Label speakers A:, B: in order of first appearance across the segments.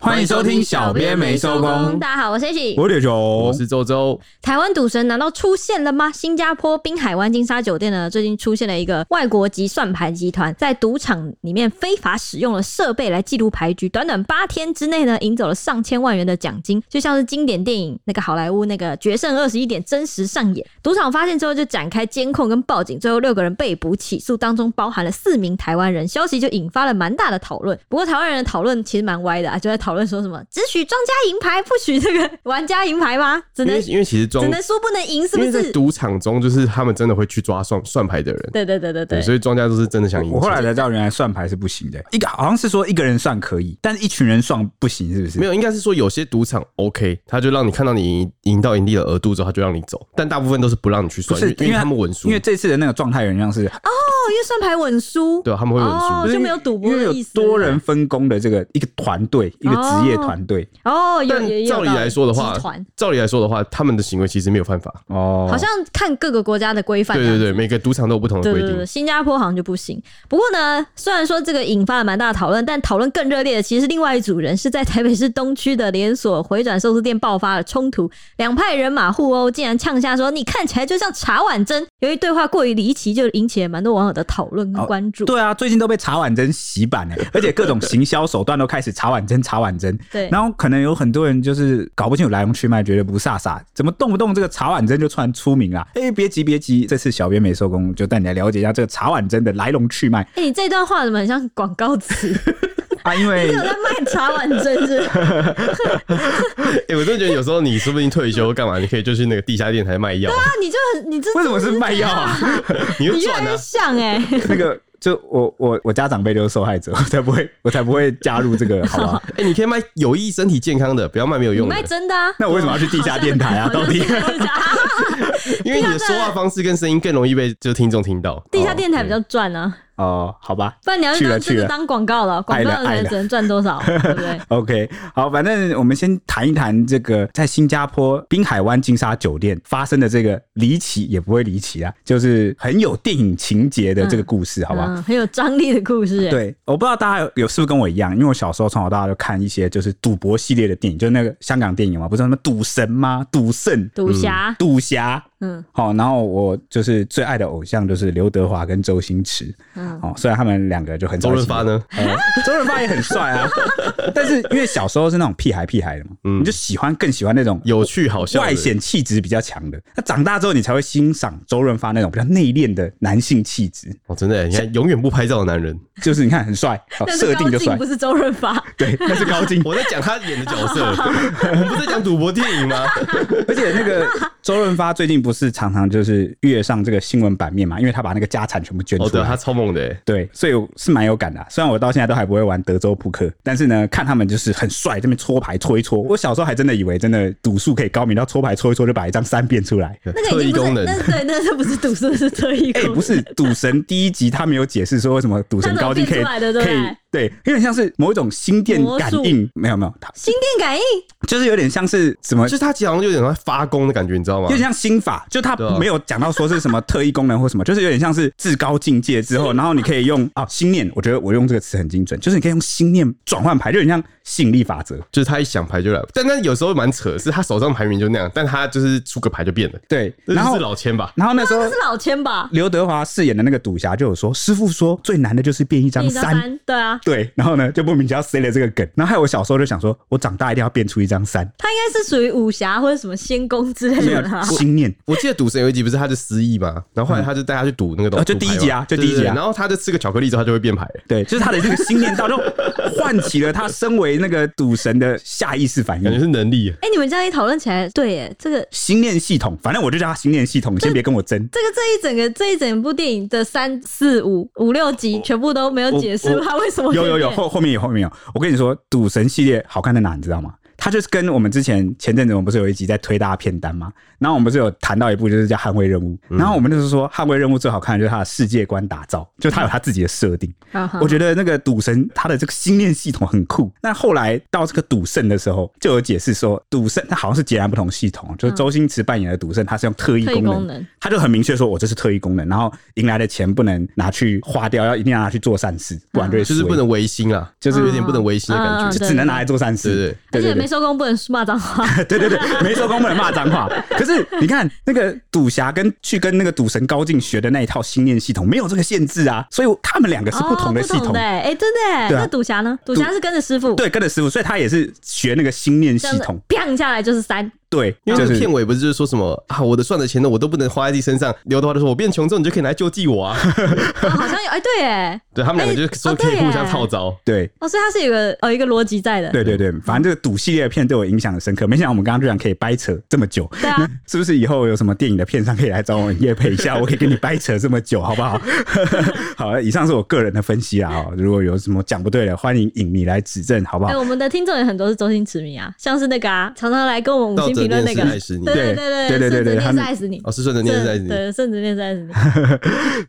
A: 欢迎收听小编没收工
B: 大家好，我是 H。
A: 我是九，
B: 哦
C: 我是周周，
B: 台湾赌神难道出现了吗？新加坡滨海湾金沙酒店呢，最近出现了一个外国籍算牌集团在赌场里面非法使用了设备来记录牌局，短短八天之内呢，赢走了上千万元的奖金，就像是经典电影那个好莱坞那个《决胜二十一点》真实上演。赌场发现之后就展开监控跟报警，最后六个人被捕起诉，当中包含了四名台湾人。消息就引发了蛮大的讨论。不过台湾人的讨论其实蛮歪的啊，就在讨论说什么只许庄家赢牌，不许这个玩家赢牌吗？只
C: 因
B: 能
C: 为因为其实庄
B: 只，能输不能赢，是
C: 因
B: 不
C: 为在
B: 是？
C: 赌场中，就是他们真的会去抓算算牌的人，
B: 对对对对对，
C: 对，所以庄家都是真的想赢
A: 我后
C: 钱。
A: 来才知道，原来算牌是不行的。欸一个好像是说一个人算可以，但是一群人算不行，是不是？
C: 没
A: 有，
C: 有，应该是说有些赌场 OK，他就让你看到你赢赢到盈利的额度之后，他就让你走，但大部分都是不让你去
A: 不
C: 算，
A: 是
C: 因为因为他们稳输
A: 因为，这次的那个状态有点像是
B: 哦，因为算牌稳输，
C: 对啊，他们会稳输。
B: 哦
A: 是
B: 就没有赌博
A: 因为
B: 的
A: 有
B: 意思
A: 多人分工的这个一个团队，一个职业团队
B: 哦，有
C: 但
B: 有有
C: 照理
B: 道理
C: 来说的话
B: 集团，
C: 照理来说的话，他们的行为其实没有犯法。
A: 哦，
B: 好像看各个国家的规范
C: 对
B: 这样
C: 对
B: 子，
C: 对，每个赌场都有不同的
B: 对
C: 规
B: 对对，
C: 定。
B: 新加坡好像就不行。不过呢，虽然说这个引发了蛮大的讨论，但讨论更热烈的其实是另外一组人是在台北市东区的连锁回转寿司店爆发了冲突，两派人马互殴，竟然呛下说：“你看起来就像茶碗蒸。”由于对话过于离奇，就引起了蛮多网友的讨论
C: 哦
B: 跟关注。
A: 对啊，最近都被茶碗蒸洗版哎，而且各种行销手段都开始茶碗蒸茶碗蒸，
B: 对
A: 然后可能有很多人就是搞不清楚来龙去脉，觉得不飒飒，怎么动不动这个茶碗蒸就突然出名啦？哎、别急别急，这次小编没收工，就带你来了解一下这个茶碗蒸的来龙去脉
B: 哎、你这段话怎么很像广告词？
A: 啊，因为
B: 你有在卖茶碗蒸是不是？
C: 哎，我真的觉得有时候你说不定退休干嘛，你可以就去那个地下电台卖药，
B: 那啊你就很你这
A: 为什么是卖药啊？
C: 你会
B: 你越来
C: 赚
B: 越
C: 啊。
B: 像哎、
A: 那个。就我我我家长辈就是受害者，我才不会我才不会加入这个，好吧？
C: 哎，你可以卖有益身体健康的，不要卖没有
B: 你
C: 用的
B: 卖。真的啊？
A: 那我为什么要去地下电台啊？
B: 好像
A: 到底
B: 是这样
C: 因为你的说话方式跟声音更容易被就是听众听到。
B: 地下电台比较赚啊。
A: 哦，好吧，
B: 不然你要
A: 去
B: 当
A: 了
B: 这
A: 去
B: 个
A: 了
B: 当广告了，广
A: 爱了
B: 告
A: 爱
B: 人
A: 了
B: 只能赚 多少，对不对？
A: OK，好，反正我们先谈一谈这个在新加坡滨海湾金沙酒店发生的这个离奇也不会离奇啊，就是很有电影情节的这个故事，好不好？
B: 嗯，很有张力的故事。，欸
A: 对，我不知道大家有有是不是跟我一样，因为我小时候从小到大就看一些就是赌博系列的电影，就是那个香港电影嘛，不是什么赌神吗？赌 圣、
B: 赌侠，
A: 赌侠，
B: 啊嗯
A: 好、然后我就是最爱的偶像就是刘德华跟周星驰，
B: 嗯，
A: 哦，虽然他们两个就很
C: 周润发
A: 呢。
C: 呢？
A: 哎 周润发也很帅 啊，但是因为小时候是那种屁孩屁孩的嘛，你就喜欢更喜欢那种
C: 嗯有趣好笑的
A: 外显气质比较强的。那长大之后，你才会欣赏周润发那种比较内敛的男性气质，
C: 哦，真的耶，你看永远不拍照的男 人，
A: 就是你看很 帅，哦
B: 但
A: 设
B: 是
A: 定
B: 高
A: 就帅
B: 进不，是周润发，
A: 对，那是高进。
C: 我在讲他演的角色， 我们不是在讲赌博电影 吗？
A: 而且那 个周润发最近不是常常就是跃上这个新闻版面嘛，因为他把那个家产全部捐
C: 哦，
A: 出
C: 对，
A: 来。
C: 他超猛的耶，
A: 对，所以我是蛮有感的啊、虽然我到现在都还不会玩德州扑克，但是呢，看他们就是很帅，这边搓牌搓一搓。我小时候还真的以为真的赌术可以高明到搓牌搓一搓就把一张三变出来。
B: 那个
C: 特
B: 已经
C: 异
B: 不是，
C: 功能。
B: 那对，那是不是赌术是特异
A: 哎、
B: 功能？
A: 不是赌神第一集他没有解释说为什么赌神高地 可以
B: 他怎么变出来的对不
A: 可
B: 对
A: 以对，有点像是某一种心电感应，没有没有，他
B: 心电感应，
A: 就是有点像是什么
C: 就。是他好像有点在发功的感觉，你知道吗
A: 有？点像心法，就他
C: 对啊
A: 没有讲到说是什么特异功能或什么，就是有点像是至高境界之后，然后你可以用 啊心念，我觉得我用这个词很精准，就是你可以用心念转换牌，就有点像吸引力法则。
C: 就是他一想牌就来，但那有时候蛮扯，是他手上牌名就那样，但他就是出个牌就变了。
A: 对，
C: 这
A: 然
C: 就
A: 后
C: 是老千吧？
A: 然后那时候
B: 这是老千吧？
A: 刘德华饰演的那个赌侠就有说，师傅说最难的就是变一张
B: 一张
A: 三。
B: 三，对啊，
A: 对，然后呢，就莫名其妙塞了这个梗。然后还有我小时候就想说，我长大一定要变出一张三，
B: 他应该是属于武侠或者什么仙宫之类
A: 没
B: 的
A: 有
B: 吧。
A: 心念，
C: 我记得赌神有一集不是他就失忆嘛，然后后来他就带他去赌那个东
A: 哦就
C: 赌牌
A: 第一集啊
C: 嘛
A: 就第一集啊
C: 嗯对对对然后他就吃个巧克力之后他就会变牌，
A: 对，就是他的这个心念到，就唤起了他身为那个赌神的下意识反
C: 感
A: 应。
C: 觉是能力。
B: 哎，你们这样一讨论起来，对耶，这个
A: 心念系统，反正我就叫他心念系统，你先别跟我争。
B: 这个这一整个这一整部电影的三四五五六集全部都没有解释
A: 我我
B: 他为什么
A: 有有
B: 会
A: 有
B: 变
A: 后后面有后面有，我跟你说，赌神系列好看在哪，你知道吗？它就是跟我们之前前阵子我们不是有一集在推大家片单吗？然后我们不是有谈到一部就是叫《捍卫任务》，然后我们就是说《捍卫任务》最好看的就是它的世界观打造，就它有它自己的设定。
B: 嗯
A: 我觉得那个赌神他的这个心念系统很酷。那后来到这个赌圣的时候，就有解释说，赌圣他好像是截然不同系统，就是周星驰扮演的赌圣，他是用特异
B: 特异
A: 功
B: 功
A: 能，
B: 能
A: 他就很明确说，我这是特异功能，然后赢来的钱不能拿去花掉，要一定要拿去做善事，不然就会
C: 就是
A: 输
C: 不能违心啊，
A: 就是
C: 有点不能违心的感
B: 嗯嗯
C: 觉。
A: 就只能拿来做善事。
B: 而
A: 对
B: 且
A: 对
B: 没
A: 对
B: 收工不能骂脏话，
A: 对对对，没收工不能骂脏话。可是你看那个赌侠跟去跟那个赌神高进学的那一套心念系统，没有这个限制啊，所以他们两个是不同的
B: 哦
A: 系统。
B: 的哎，哎真的哎。
A: 对啊
B: 那赌侠呢？赌侠是跟着师傅，
A: 对，跟着师傅，所以他也是学那个心念
B: 这
A: 系
B: 样子
A: 统。
B: 砰下来就是三，哦
A: 对，
C: 因为
A: 就
C: 那个
A: 是
C: 片尾不是就是说什么啊，我的赚的钱呢，我都不能花在自己身上。刘德华就说，我变穷之后，你就可以拿来救济我 啊。
B: 哦好像有哎，对哎，
C: 对他们两个就是
B: 哎
C: 说
B: 哦
C: 可以
B: 对耶
C: 互相套招。
A: 对。
B: 哦，所以它是有个呃一个逻辑在的，
A: 对对对，反正这个赌系列的片对我影响很深刻，没想到我们刚刚居然可以掰扯这么久，
B: 对啊，
A: 是不是以后有什么电影的片商可以来找我们叶配一下？我可以跟你掰扯这么久，好不好？ 好，以上是我个人的分析啊、哦，如果有什么讲不对的，欢迎影迷来指正，好不
B: 哎、
A: 好？
B: 我们的听众也很多是周星驰迷啊，像是那个啊，常常来跟我们五
C: 哦
B: 星评论那个
C: 到，这件事爱死你
B: 对对对
A: 对对对对
B: 甚至
A: 他
B: 恋是
A: 们
B: 爱死你，
C: 哦，是顺着念是在
B: 甚对，甚至恋是爱死你，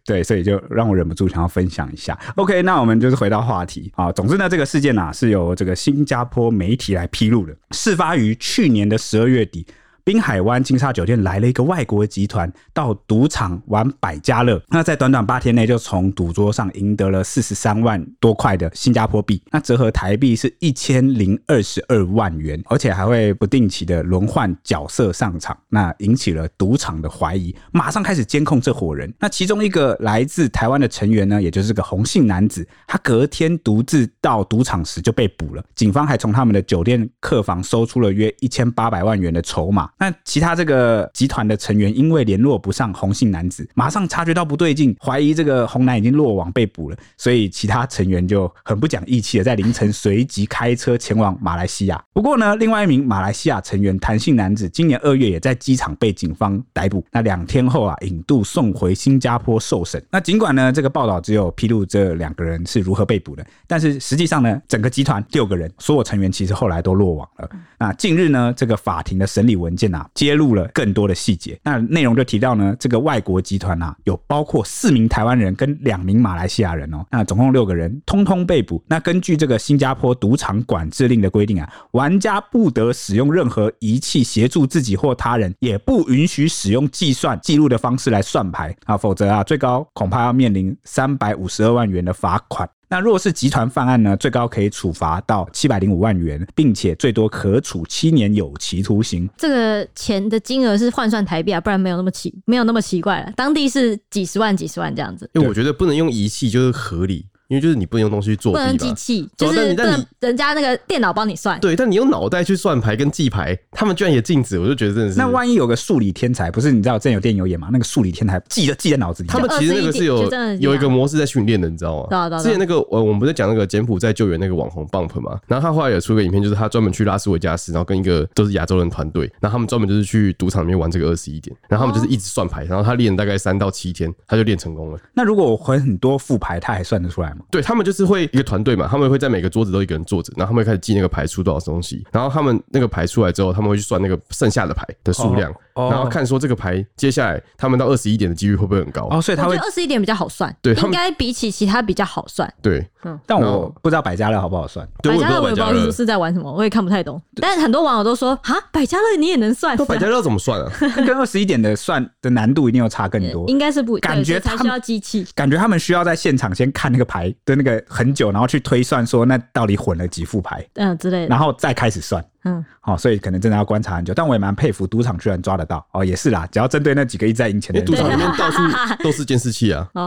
A: 对，所以就让我忍不住想要分享一下。OK，那我们就是回到话题啊。总之呢，这个事件呢、是由这个新加坡媒体来披露的，事发于去年的十二月底。滨海湾金沙酒店来了一个外国集团到赌场玩百家乐，那在短短八天内就从赌桌上赢得了四十三万多块的新加坡币，那折合台币是一千零二十二万元，而且还会不定期的轮换角色上场，那引起了赌场的怀疑，马上开始监控这伙人。那其中一个来自台湾的成员呢，也就是个红姓男子，他隔天独自到赌场时就被捕了。警方还从他们的酒店客房搜出了约一千八百万元的筹码。那其他这个集团的成员因为联络不上红姓男子，马上察觉到不对劲，怀疑这个红男已经落网被捕了，所以其他成员就很不讲义气的在凌晨随即开车前往马来西亚。不过呢，另外一名马来西亚成员谭姓男子今年二月也在机场被警方逮捕，那两天后啊引渡送回新加坡受审。那尽管呢这个报道只有披露这两个人是如何被捕的，但是实际上呢整个集团六个人所有成员其实后来都落网了。那近日呢，这个法庭的审理文件啊，揭露了更多的细节。那内容就提到呢，这个外国集团啊，有包括四名台湾人跟两名马来西亚人哦，那总共六个人，通通被捕。那根据这个新加坡赌场管制令的规定啊，玩家不得使用任何仪器协助自己或他人，也不允许使用计算记录的方式来算牌啊，否则啊，最高恐怕要面临三百五十二万元的罚款。那若是集团犯案呢，最高可以处罚到七百零五万元，并且最多可处七年有期徒刑。
B: 这个钱的金额是换算台币啊，不然没有那么奇，没有那么奇怪了，当地是几十万几十万这样子。
C: 因为我觉得不能用仪器就是合理，因为就是你不能用东西去作
B: 不
C: 弊
B: 能机
C: 吧。
B: 器，
C: 对
B: 就
C: 啊
B: 是不
C: 但你但
B: 能
C: 你
B: 人家那个电脑帮你算，
C: 对，但你用脑袋去算牌跟记牌，他们居然也禁止，我就觉得真的是。
A: 那万一有个数理天才，不是你知道之前有电影有演吗？那个数理天才记着记在脑子里，
C: 他们
B: 就
C: 其实那个
B: 21
C: 是有
B: 就真的是这样
C: 有一个模式在训练的，你知道
B: 对啊
C: 吗
B: 对？啊对啊
C: 之前那个呃，我们不是讲那个柬埔寨救援那个网红 Bump 嘛，然后他后来有出一个影片，就是他专门去拉斯维加斯，然后跟一个都是亚洲人团队，然后他们专门就是去赌场里面玩这个二十一点，然后他们就是一直算牌，然后他练大概三到七天，他就练成功了。
A: 那如果我回很多副牌，他还算得出来吗？
C: 对他们就是会一个团队嘛，他们会在每个桌子都一个人坐着，然后他们会开始记那个牌出多少东西，然后他们那个牌出来之后，他们会去算那个剩下的牌的数量，
A: 哦哦
C: 然后看说这个牌接下来他们到二十一点的几率会不会很高？
A: 哦，所以他
B: 我
A: 会
B: 觉得，二十一点比较好算，
C: 对他
B: 应
C: 们
B: 该比起其他比较好算。
C: 对，
A: 但
B: 哦
A: 我不知道百家乐好不好 算。
C: 对，
B: 百
C: 我也
B: 家
C: 不知道
B: 乐我也不知
C: 百家
B: 道是
C: 乐
B: 是在玩什么，我也看不太懂。但是很多网友都说啊，百家乐你也能算，
C: 那百家乐怎么 算啊？
A: 跟二十一点的算的难度一定要差更多。
B: 应该是不
A: 感
B: 对
A: 觉
B: 所以才
A: 他
B: 需
A: 们
B: 要机器。
A: 感觉他们需要在现场先看那个牌的那个很久，然后去推算说那到底混了几副牌，
B: 嗯之类的
A: 然。后再开始算。
B: 嗯，，
A: 哦，所以可能真的要观察很久，但我也蛮佩服赌场居然抓得到哦，也是啦，只要针对那几个一直在赢钱
C: 因
A: 的
C: 为
A: 人抓
C: 赌场
A: 得
C: 里
A: 到，
C: 面到处都是监视器啊
B: 哦，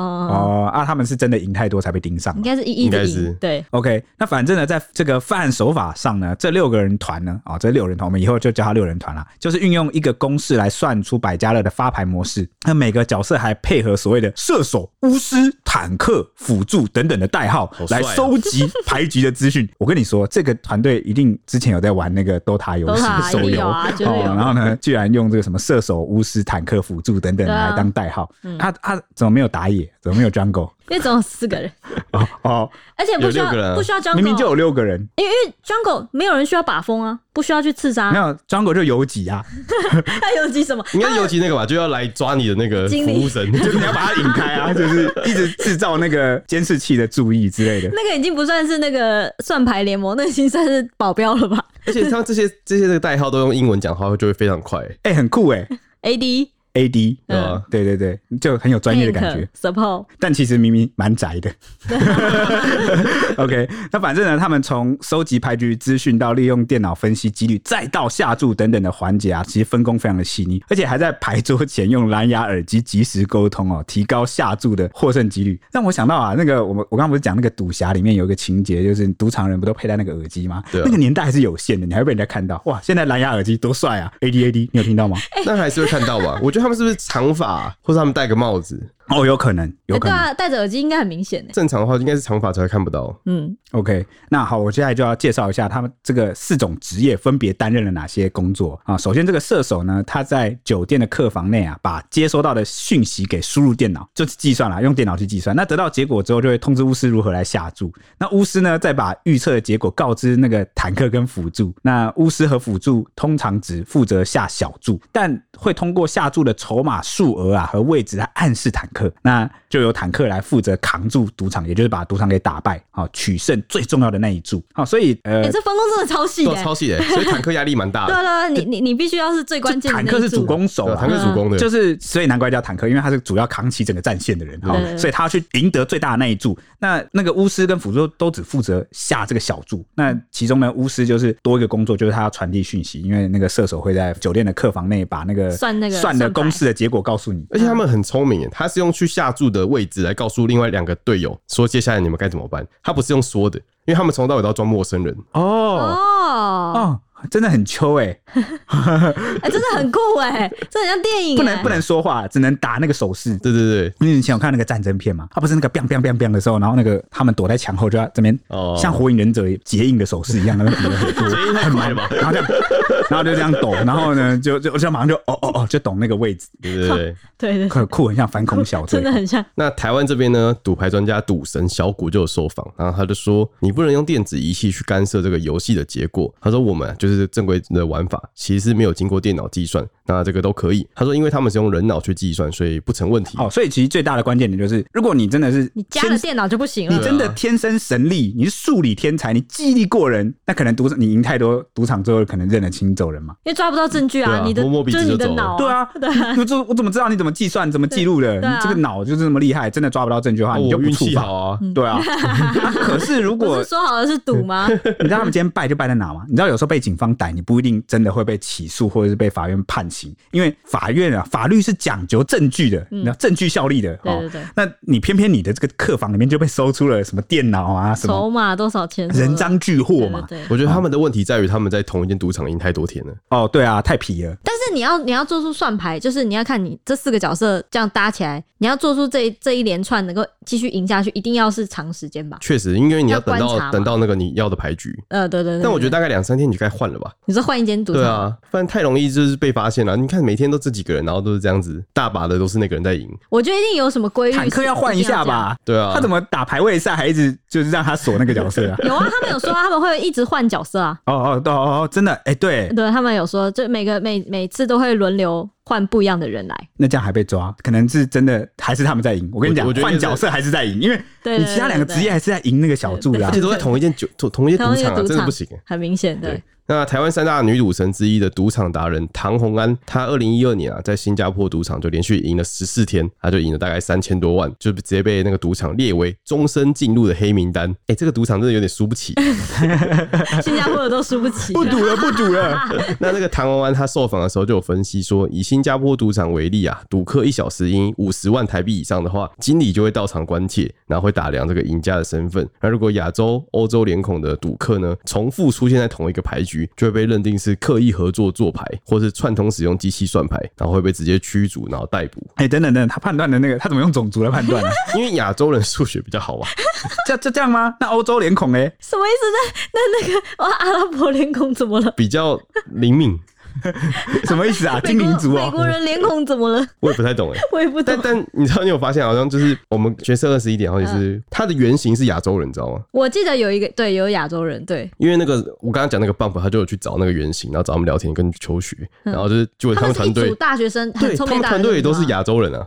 A: 哦啊，他们是真的赢太多才被盯上
B: 应
A: 嘛。
B: 该是一一
C: 应
B: 的
C: 该
B: 赢
C: 是，
B: 对，
A: OK，那反正呢，在这个犯案手法上呢，这六个人团呢，啊、这六人团，我们以后就叫他六人团啦，就是运用一个公式来算出百家乐的发牌模式。那每个角色还配合所谓的射手、巫师、坦克、辅助等等的代号
C: 好帅
A: 来
C: 啊
A: 收集牌局的资讯。我跟你说，这个团队一定之前有在玩那个 DOTA 游戏
B: DOTA
A: 手
B: 一定
A: 游
B: 有啊绝对有
A: 哦，然后呢，居然用这个什么射手、巫师、坦克、辅助等等
B: 对啊
A: 来当代号。他他、怎么没有打野？怎么没有 Jungle？
B: 因为总有四个人，
A: 哦哦，
B: 而且不需要
C: 有六个人啊
B: 不需要 jungle，
A: 明明就有六个人。
B: 因为因为 jungle 没有人需要把风啊，不需要去刺
A: 没
B: 杀，
A: 有张狗就游击啊，
B: 他游击什么？
C: 应该尤其那个吧，就要来抓你的那个
B: 经理
C: 服务生，
A: 就是你要把它引开啊，就是一直制造那个监视器的注意之类的。
B: 那个已经不算是那个算牌联盟，那已经算是保镖了吧
C: 而且像这些这些这个代号都用英文讲话，就会非常快，
A: 哎、很酷哎、
B: ？AD
A: a d
C: 对吧？
A: 对对对，就很有专业的感觉
B: Hank,。support
A: 但其实明明蛮宅 的。OK，那反正呢，他们从收集牌局资讯到利用电脑分析几率，再到下注等等的环节啊，其实分工非常的细腻，而且还在牌桌前用蓝牙耳机及时沟通哦，提高下注的获胜几率。让我想到啊，那个我们我刚刚不是讲那个赌侠里面有一个情节，就是赌场人不都佩戴那个耳机吗？
C: 对啊
A: 那个年代还是有限的，你还会被人家看到。哇，现在蓝牙耳机多帅啊！AD AD，你有听到 吗？
C: 但还是会看到吧？我觉得他们是不是长发，或者他们戴个帽子？
A: 哦，有可能，有
B: 哎
A: 可
B: 对
A: 能。
B: 啊，戴着耳机应该很明显哎。
C: 正常的话应该是长发才会看不到。
B: 嗯，
A: OK，那好，我接下来就要介绍一下他们这个四种职业分别担任了哪些工作啊。首先，这个射手呢，他在酒店的客房内啊，把接收到的讯息给输入电脑，就是计算啦，用电脑去计算。那得到结果之后，就会通知巫师如何来下注。那巫师呢，再把预测的结果告知那个坦克跟辅助。那巫师和辅助通常只负责下小注，但会通过下注的筹码数额啊和位置来暗示坦克。那就由坦克来负责扛住赌场，也就是把赌场给打败，好、取胜最重要的那一注。好、所以呃
B: 哎，，这分工真的超细
C: 对
B: 的
C: 啊，
B: 哎。
C: 超细的欸，所以坦克压力蛮 大
B: 对
C: 的。
B: 啊对啊，你你你必须要是最关
A: 就
B: 键的
A: 坦
B: 那
A: 克
B: 一
A: 是主
B: 组，
A: 攻手
C: 对啊
A: 啊，
C: 坦克是主攻的，
A: 就是，所以难怪叫坦克，因为他是主要扛起整个战线的人哈、
B: 对
A: 所以他要去赢得最大的那一注。那那个巫师跟辅助都只负责下这个小注。那其中呢，巫师就是多一个工作，就是他要传递讯息，因为那个射手会在酒店的客房内把那个
B: 算那个
A: 算的
B: 算牌
A: 公式的结果告诉你。
C: 而且他们很聪明耶，他是用去下注的位置来告诉另外两个队友说接下来你们该怎么办，他不是用说的，因为他们从头到尾都要装陌生人。
A: 哦
B: 哦，
A: 哦，真的很秋哎、
B: 哎，真的很酷 哎，这很像电影哎，
A: 不能不能说话，只能打那个手势。
C: 对对对，
A: 因为你以前有看那个战争片嘛，他不是那个 biang biang biang biang 的时候，然后那个他们躲在墙后就要这边
C: 哦
A: 像火影忍者结印的手势一样，那边比了 很多，
C: 结印太快了吧
A: 然后这样，然后就这样抖，然后呢就就就马上就哦哦哦就懂那个位置，
C: 对对对。
B: 对对，
A: 很酷，很像反恐小队
B: 真。的很像。
C: 那台湾这边呢，赌牌专家赌神小谷就有受访，然后他就说，你不能用电子仪器去干涉这个游戏的结果。他说，我们就是正规的玩法，其实是没有经过电脑计算，那这个都可以。他说，因为他们是用人脑去计算，所以不成问题。
A: 哦，所以其实最大的关键点就是，如果你真的是
B: 你加
A: 天
B: 了电脑就不行
A: 你
B: 了，
A: 真的天生神力，你是数理天才，你记忆力过人，那可能赌场你赢太多，赌场最后可能认了亲走人嘛。
B: 因为抓不到证据
C: 对
B: 啊
C: 啊，
B: 你的
C: 摸摸鼻
B: 就
C: 子
B: 是
C: 就
B: 你的
C: 走了
B: 脑，
A: 对， 啊，对我这我怎么知道你怎么计算、怎么记录的？
B: 哦对啊
A: 你这个脑就是这么厉害，真的抓不到证据的话，
C: 哦
A: 你就
C: 我
A: 不
C: 运
A: 触
C: 气
A: 发。
C: 好啊，
A: 对 啊，可是如
B: 不
A: 果
B: 是说好的是赌 吗？
A: 你知道他们今天败就败在哪吗？你知道有时候被警方逮，你不一定真的会被起诉或者是被法院判刑，因为法院啊，法律是讲究证据的，你知道证据效力的。
B: 嗯对
A: 哦
B: 对对，
A: 那你偏偏你的这个客房里面就被搜出了什么电脑啊，什么
B: 筹码多少钱？
A: 人赃俱获
B: 对
A: 嘛
B: 对？对。
C: 我觉得他们的问题在于他们在同一间赌场赢太多天了。
A: 哦，对啊，太皮了。
B: 但是你要你要做出算牌，就是你要看你这四个角色这样搭起来，你要做出这一这一连串能够继续赢下去，一定要是长时间吧？
C: 确实，因为你要等
B: 要观察
C: 到
B: 嘛
C: 等到那个你要的牌局。
B: 呃，对对对。
C: 但我觉
B: 得
C: 得大概两三天你就该换了吧。
B: 你说换一间赌
C: 对
B: 场，
C: 啊，不然太容易就是被发现了。你看每天都这几个人，然后都是这样子，大把的都是那个人在赢。
B: 我觉得一定有什么规律。
A: 坦克要换一下？吧？
C: 对啊，
A: 他怎么打排位赛还一直就是让他锁那个角色 啊？
B: 有啊，他们有说他们会一直换角色啊，
A: 哦哦哦哦，真的，哎、对，
B: 对他们有说，就每个每每次都会轮流换不一样的人来。
A: 那这样还被抓，可能是真的还是他们在赢。我跟你讲
C: 我我觉，得
A: 换角色还是在赢，因为
B: 对对
A: 你其他两个职业还是在赢那个小柱的、
C: 而
A: 啊
C: 且。都在同一间酒同同一间
B: 同
C: 赌
B: 一个
C: 场啊，
B: 赌
C: 真的
B: 场
C: 不行欸。
B: 很明显，对
C: 对，那台湾三大女赌神之一的赌场达人唐红安，她二零一二年啊，在新加坡赌场就连续赢了十四天，她就赢了大概三千多万，就直接被那个赌场列为终身进入的黑名单。哎、这个赌场真的有点输不起。
B: 新加坡的都输不 起。啊
A: 不赌了，不赌 了。
C: 那那个唐红安她受访的时候就有分析说，以新加坡赌场为例啊，赌客一小时赢五十万台币以上的话，经理就会到场关切，然后会打量这个赢家的身份。那如果亚洲、欧洲脸孔的赌客呢，重复出现在同一个牌局，就会被认定是刻意合作做牌，或是串通使用机器算牌，然后会被直接驱逐，然后逮捕。
A: 哎、等等等等，他判断的那个，他怎么用种族来判 断呢、啊？
C: 因为亚洲人数学比较好吧，啊
A: 这这这样吗？那欧洲脸孔哎、
B: 什么意思？那那那个哇，阿拉伯联盟怎么了？
C: 比较灵敏。
A: 什么意思啊？
B: 美
A: 精
B: 国
A: 灵族
B: 美国
A: 哦，
B: 人脸孔怎么了？
C: 我也不太懂哎、
B: 我也不懂
C: 但。但你知道，你有发现好像就是我们角色二十一点，好像也是它的原型是亚洲人，你知道吗？
B: 我记得有一个对，有亚洲人，对
C: 因为那个我刚刚讲那个 bump，他就有去找那个原型，然后找他们聊天跟求学，然后就是结果他
B: 们
C: 们
B: 是一
C: 团
B: 组
C: 队。
B: 大学生，很
C: 对
B: 聪
C: 他
B: 明
C: 们
B: 的大学
C: 团
B: 生
C: 队都是
B: 嘛
C: 亚洲人啊，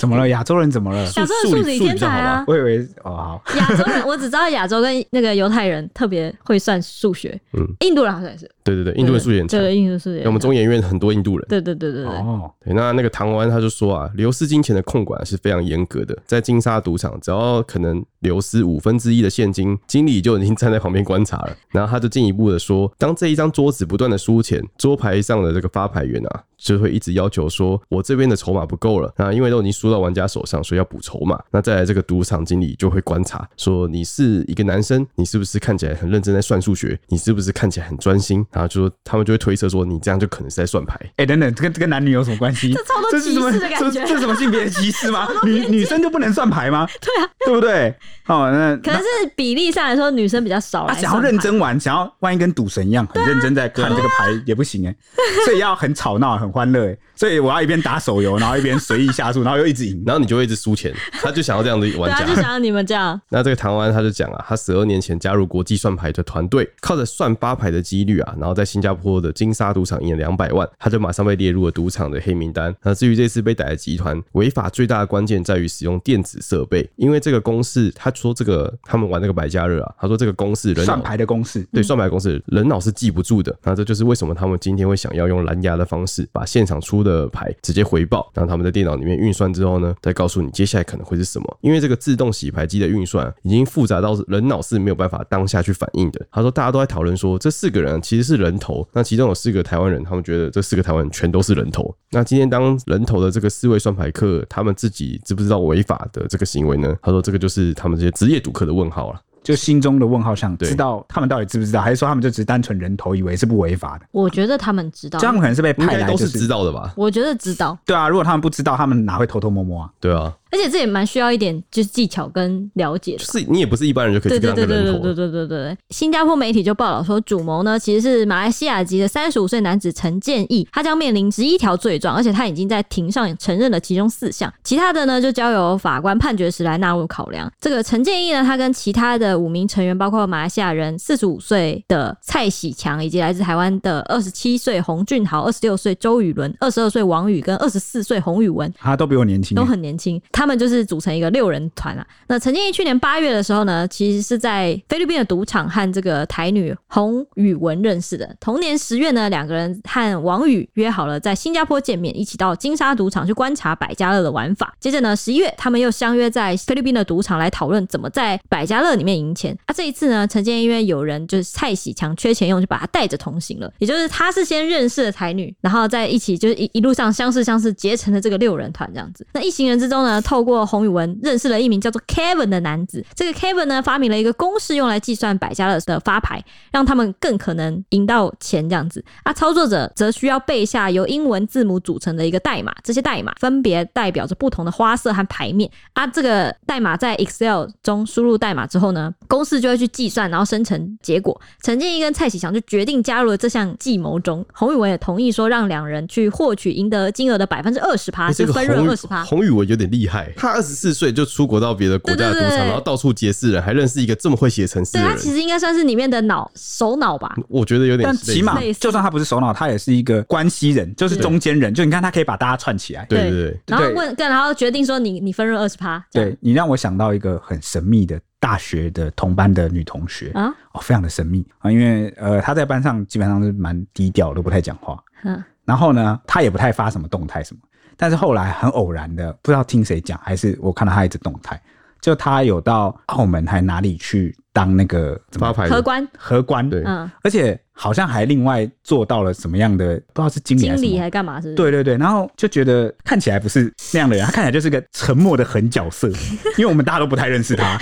A: 怎么了？亚洲人怎么 了？
B: 亚洲人
C: 数
B: 数理
C: 理数理
B: 天
C: 比较
B: 才
C: 好吧
B: 啊，
A: 我以为哦好，
B: 亚洲人，我只知道亚洲跟那个犹太人特别会算数学，
C: 嗯
B: 印度人好像也是，
C: 对对对，印度人数也很强。
B: 对，印度数学很强，
C: 我们中研院很多印度人。
B: 对对对对对，
A: 哦，
C: 对，那那个唐湾他就说啊，流失金钱的控管是非常严格的，在金沙赌场，只要可能流失五分之一的现金，经理就已经站在旁边观察了。然后他就进一步的说，当这一张桌子不断的输钱，桌牌上的这个发牌员啊，就会一直要求说，我这边的筹码不够了，那因为都已经输到玩家手上，所以要补筹码。那再来这个赌场经理就会观察，说你是一个男生，你是不是看起来很认真在算数学，你是不是看起来很专心，然后就说他们就会推测说，你这样就可能是在算牌。
A: 哎，等等，这跟这跟男女有什么关系？这
B: 超多
A: 是什么
B: 歧视的感觉
A: 这这是什么性别歧视 吗？女女生就不能算牌吗？对啊，对不对？哦，那
B: 可能是比例上来说，女生比较少
A: 他
B: 来
A: 想要
B: 算
A: 认
B: 牌
A: 真玩，想要万一跟赌神一样
B: 啊
A: 很认真在看这个牌也不行哎，所以要很吵闹、很欢乐哎，所以我要一边打手 游，然后一边随意下注，然后又一直赢。
C: 然后你就会一直输钱，他就想要这样的玩
B: 对啊，
C: 家
B: 就。想要你们这样，
C: 那这个唐湾他就讲啊，他十二年前加入国际算牌的团队，靠着算八牌的几率啊，然后在新加坡的金沙赌场赢了两百万，他就马上被列入了赌场的黑名单。那至于这次被逮的集团违法最大的关键在于使用电子设备，因为这个公式，他说这个他们玩那个百家乐啊，他说这个公式人脑
A: 算牌的公式，
C: 对算牌公式，人脑是记不住的。那这就是为什么他们今天会想要用蓝牙的方式，把现场出的牌直接回报，然后他们在电脑里面运算之后呢，再告诉你接下来可能会是什么。因为这个自动洗牌机的运算啊已经复杂到人脑是没有办法当下去反应的。他说，大家都在讨论说，这四个人啊其实是人头，那其中有四个台湾人，他们觉得这四个台湾人全都是人头。那今天当人头的这个四位算牌客，他们自己知不知道违法的这个行为呢？他说，这个就是他们这些职业赌客的问号了、
A: 就心中的问号上，
C: 对
A: 知道他们到底知不知道，还是说他们就只是单纯人头，以为是不违法的？
B: 我觉得他们知道
A: 这，样可能是被
C: 应
A: 派
C: 该
A: 来
C: 都
A: 就是
C: 知道的吧？
B: 我觉得知道，
A: 对啊，如果他们不知道，他们哪会偷偷摸摸啊？
C: 对啊。
B: 而且这也蛮需要一点就是技巧跟了解的
C: 就。是你也不是一般人就可
B: 对
C: 以去
B: 对
C: 跟他
B: 对
C: 们啊
B: 对
C: 人
B: 对
C: 头
B: 对
C: 的。
B: 对对对对，新加坡媒体就报道说，主谋呢其实是马来西亚籍的三十五岁男子陈建义，他将面临十一条罪状，而且他已经在庭上承认了其中四项，其他的呢就交由法官判决时来纳入考量。这个陈建义呢，他跟其他的五名成员，包括马来西亚人四十五岁的蔡喜强，以及来自台湾的二十七岁洪俊豪、二十六岁周宇伦、二十二岁王宇跟二十四岁洪宇文，
A: 他都比我年轻
B: 都，很年轻，他们就是组成一个六人团啊。那陈建义去年八月的时候呢，其实是在菲律宾的赌场和这个台女洪宇文认识的。同年十月呢，两个人和王宇约好了在新加坡见面，一起到金沙赌场去观察百家乐的玩法。接着呢，十一月他们又相约在菲律宾的赌场来讨论怎么在百家乐里面赢钱。啊，这一次呢，陈建义因为有人就是蔡喜强缺钱用，就把他带着同行了。也就是他是先认识了台女，然后在一起就是一一路上相识相识，结成了这个六人团这样子。那一行人之中呢，透过洪宇文认识了一名叫做 Kevin 的男子。这个 Kevin 呢，发明了一个公式用来计算百家乐的发牌，让他们更可能赢到钱这样子。啊，操作者则需要背下由英文字母组成的一个代码，这些代码分别代表着不同的花色和牌面。啊，这个代码在 Excel 中输入代码之后呢，公式就会去计算，然后生成结果。陈建一跟蔡启祥就决定加入了这项计谋中，洪宇文也同意说让两人去获取赢得金额的百分之二十趴，
C: 诶这
B: 是
C: 个
B: 啊分润二十
C: 洪
B: 趴
C: 宇。洪宇文有点厉害，他二十四岁就出国到别的国家的
B: 对对
C: 赌场，
B: 对
C: 然后到处结识人，还认识一个这么会写程式
B: 对
C: 的
B: 他其
C: 人，嗯
B: 实应该算是里面的脑首脑吧，
C: 我觉得有点
A: 但
C: 类似。
A: 起码
B: 类似
A: 就算他不是首脑，他也是一个关系人，就是中间人。就你看，他可以把大家串起来。
C: 对对对，
B: 然后
A: 对
B: 问跟然后决定说你你分润二十趴，这样
A: 对你让我想到一个很神秘的大学的同班的女同学，
B: 啊，
A: 哦，非常的神秘啊，因为呃，她在班上基本上是蛮低调，都不太讲话。
B: 嗯，
A: 然后呢，她也不太发什么动态什么。但是后来很偶然的，不知道听谁讲，还是我看到她一直动态，就她有到澳门还哪里去当那个怎么
C: 发牌
B: 荷
C: 的
B: 官，
A: 荷官，
C: 对
B: 嗯，
A: 而且好像还另外做到了什么样的，不知道是经理还
B: 经
A: 是什
B: 理
A: 么。
B: 还干嘛是不是？
A: 对对对，然后就觉得看起来不是那样的人，他看起来就是个沉默的狠角 色，因为我们大家都不太认识他。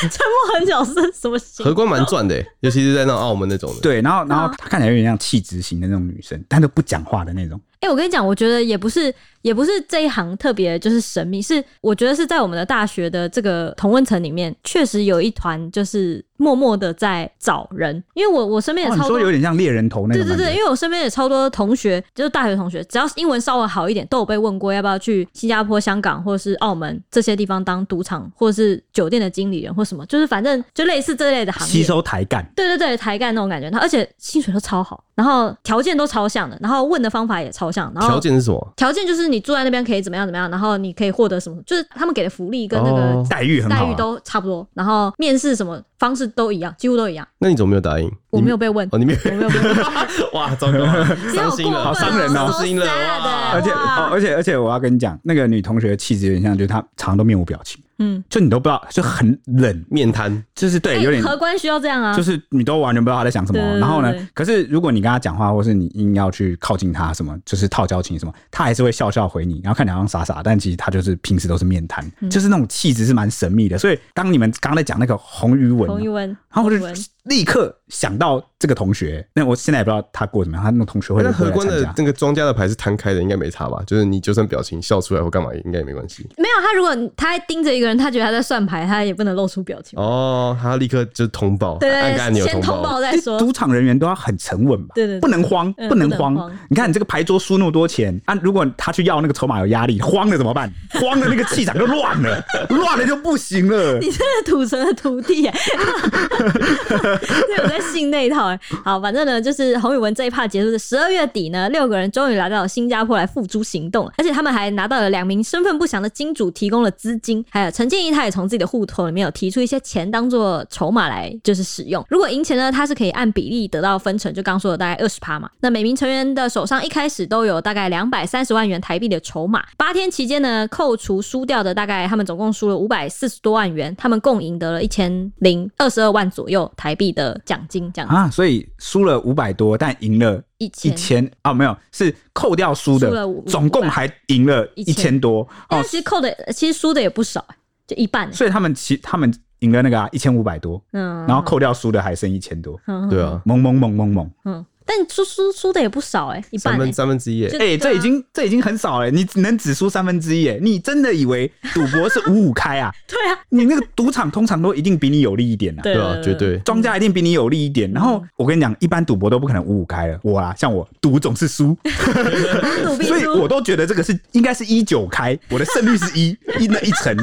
B: 沉默很久是什么型？
C: 荷官蛮赚的、尤其是在那种澳门那种的。
A: 对，然后然后
B: 嗯
A: 她看起来有点像气质型的那种女生，但都不讲话的那种。
B: 哎、哎、我跟你讲，我觉得也不是，也不是这一行特别就是神秘，是我觉得是在我们的大学的这个同温层里面，确实有一团就是默默的在找人，因为我我身边
A: 哦
B: 也
A: 你
B: 超多。
A: 说有点像猎人头那
B: 对
A: 种
B: 对
A: 感
B: 对，
A: 觉
B: 因为我身边也超多同学，就是大学同学，只要英文稍微好一点，都有被问过要不要去新加坡、香港或者是澳门这些地方当赌场或者是酒店的经理人或什么，就是反正就类似这类的行业
A: 吸。收台干。
B: 对对对，台干那种感觉，他而且薪水都超好，然后条件都超像的，然后问的方法也超像，然后
C: 条件是什么？
B: 条件就是你住在那边可以怎么样怎么样，然后你可以获得什么，就是他们给的福利跟那个
C: 哦
A: 待遇很
B: 待
A: 好、
B: 遇
A: 啊，
B: 都差不多，然后面试什么方式都一样，几乎都一样。
C: 那你怎么没有答应？
B: 我
C: 你
B: 没有被问，
C: 哦，你没有
B: 我没有被问，
C: 哇，糟糕啊了，
B: 只有
C: 伤
B: 过
C: 心
B: 分，啊
C: 了，
A: 好伤人哦
C: 伤心了，哇
A: 而且、哦、而且而且我要跟你讲，那个女同学的气质有点像，就是她常常都面无表情，
B: 嗯，
A: 就你都不知道，就很冷，
C: 面瘫，
A: 就是对，
B: 哎
A: 有点
B: 荷官需要这样啊，
A: 就是你都完全不知道他在想什么。
B: 对对对
A: 然后呢
B: 对，
A: 可是如果你跟他讲话，或是你硬要去靠近他，什么就是套交情什么，他还是会笑笑回你，然后看起来好像傻傻，但其实他就是平时都是面瘫，
B: 嗯
A: 就是那种气质是蛮神秘的。所以当你们刚刚在讲那个洪于文啊，
B: 洪一文，
A: 然后我就
B: 洪一文
A: 立刻想到这个同学，那我现在也不知道他过得怎么样，他那个同学会
C: 那
A: 不会
C: 荷
A: 来
C: 官
A: 参
C: 的
A: 加？
C: 那个庄家的牌是摊开的，应该没差吧？就是你就算表情笑出来或干嘛，应该也没关系。
B: 没有他，如果他还盯着一个人，他觉得他在算牌，他也不能露出表情。
C: 哦，他立刻就通报，
B: 对
C: 按个按
B: 对，
C: 钮
B: 先通
C: 报。
B: 报 再说。
A: 赌场人员都要很沉稳吧，
B: 对对对
A: 不能慌，
B: 嗯
A: 不能
B: 不能
A: 慌
B: 慌。
A: 你看你这个牌桌输那么多钱，啊，如果他去要那个筹码有压力，慌了怎么 办？慌了那个气场就乱了，乱了就不行了。
B: 你真的土城的徒弟耶、 对，我在信那一套哎、好，反正呢，就是洪宇文这一趴结束是十二月底呢，六个人终于来到新加坡来付诸行动了，而且他们还拿到了两名身份不详的金主提供了资金，还有陈建一他也从自己的户头里面有提出一些钱当做筹码来就是使用。如果赢钱呢，他是可以按比例得到分成，就刚说的大概二十趴嘛。那每名成员的手上一开始都有大概两百三十万元台币的筹码，八天期间呢，扣除输掉的大概他们总共输了五百四十多万元，他们共赢得了一千零二十二万左右台币的奖金，这样
A: 啊，所以输了五百多，但赢了
B: 一
A: 一
B: 千。
A: 千啊，没有，是扣掉输
B: 输
A: 的
B: 了五，
A: 总共还赢了一千多哦
B: 但，其实扣的其实输的也不少、就一半、
A: 所以他们其他们赢了那个啊一千五百多，
B: 嗯，
A: 然后扣掉输的还剩一千多，
B: 嗯，
C: 对啊，
A: 猛猛猛猛猛！
B: 嗯，但输输输的也不少哎、一
C: 三
B: 半、
C: 分
B: 欸。
C: 三分之一耶，
B: 就
A: 哎、
B: 对啊
A: 这已经这已经很少了，你只能只输三分之一，哎，你真的以为赌博是五五开啊？
B: 对啊，
A: 你那个赌场通常都一定比你有利一点啊。
B: 对
C: 对啊，绝对。
A: 庄家一定比你有利一点，然后我跟你讲，一般赌博都不可能五五开了。我啊，像我赌总是输，
B: 努必
A: 所以
B: 输
A: 我都觉得这个是应该是一九开，我的胜率是一一那一层，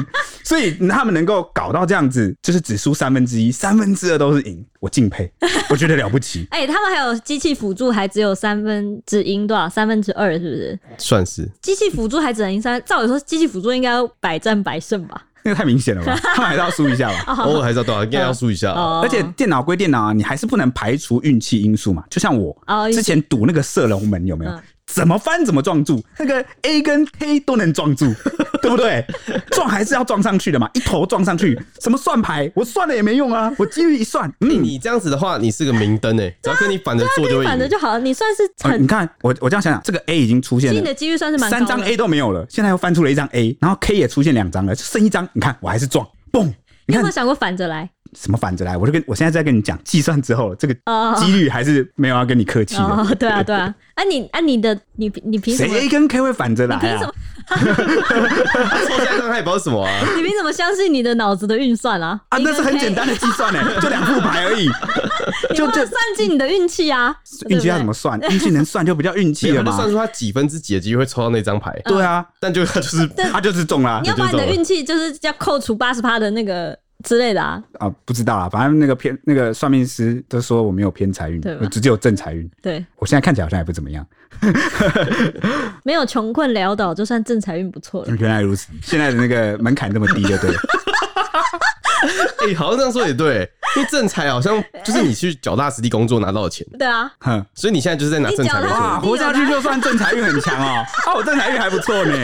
A: 所以他们能够搞到这样子，就是只输三分之一，三分之二都是赢，我敬佩，我觉得了不 起。
B: 哎、他们还有机器辅助，还只有三分之赢多少？三分之二是不是？
C: 算是
B: 机器辅助还只能赢三，照理说机器辅助应该要百战百胜吧？
A: 那个太明显了吧？他们还是要输一下吧。
C: 偶尔还是 要到啊，应该要输一下啊。
B: 哦，
A: 而且电脑归电脑啊，你还是不能排除运气因素嘛。就像我
B: 哦运气
A: 之前赌那个射龙门有没有
B: 嗯，
A: 怎么翻怎么撞住，那 个 A 跟 K 都能撞住， 对不对？撞还是要撞上去的嘛，一头撞上去，什么算牌，我算了也没用啊，我几率一算，
C: 哎
A: 嗯，
C: 你这样子的话，你是个明灯
B: 啊
C: 哎，只要跟你反着做就会
B: 反正
C: 赢。
B: 就好了，啊你算是
A: 呃你
B: 很，
A: 看我我这样想想，这个 A 已经出现
B: 其实你
A: 了
B: 的。几率算是蛮高
A: 三
B: 的。
A: 张哎 A 都没有了，现在又翻出了一张 A，然后 K 也出现两张了，就剩一张。你看，我还是撞，嘣！
B: 你
A: 你
B: 有没
A: 看
B: 有想过反着来？
A: 什么反着来？我就跟我现在在跟你讲，计算之后，这个
B: 哦
A: 几率还是没有要跟你客气的。
B: 哦，对啊，对啊，啊你啊你的你你凭什
A: 谁
B: 么？
A: A 跟 K 会反着来
B: 凭什
A: 啊
B: 么？？
C: 抽下张他也不知道是什么啊，
B: 你凭什么相信你的脑子的运算啊？
A: 啊，那是很简单的计算呢、欸就两副牌 而已。
B: 你
A: 就
B: 忘了
A: 就
B: 算计你的运气啊！
A: 运气要
B: 对不对
A: 怎么算？运气能算就不叫运气
C: 没有
A: 了
C: 他就
A: 嘛
C: 算。出他几分之几的机会抽到那张牌，
B: 嗯
A: 对啊，
C: 但就他就是
A: 他就是中啦
B: 你要把你的运气就是要扣除八十趴的那个之类的啊，
A: 啊，不知道啦，反正那个偏那个算命师都说我没有偏财运
B: 对吧，
A: 我只有正财运。
B: 对，
A: 我现在看起来好像也不怎么样。
B: 没有穷困潦倒就算正财运不错了。
A: 原来如此，现在的那个门槛这么低，就 对了。
C: 哎，好像这样说也对，因为正财好像就是你去脚踏实地工作拿到的钱，
B: 对啊，
A: 哼，
C: 所以你现在就是在拿正财
B: 你
C: 来
B: 脚踏
C: 说
A: 哇，活下去就算正财运很强哦。啊，我正财运还不错 呢。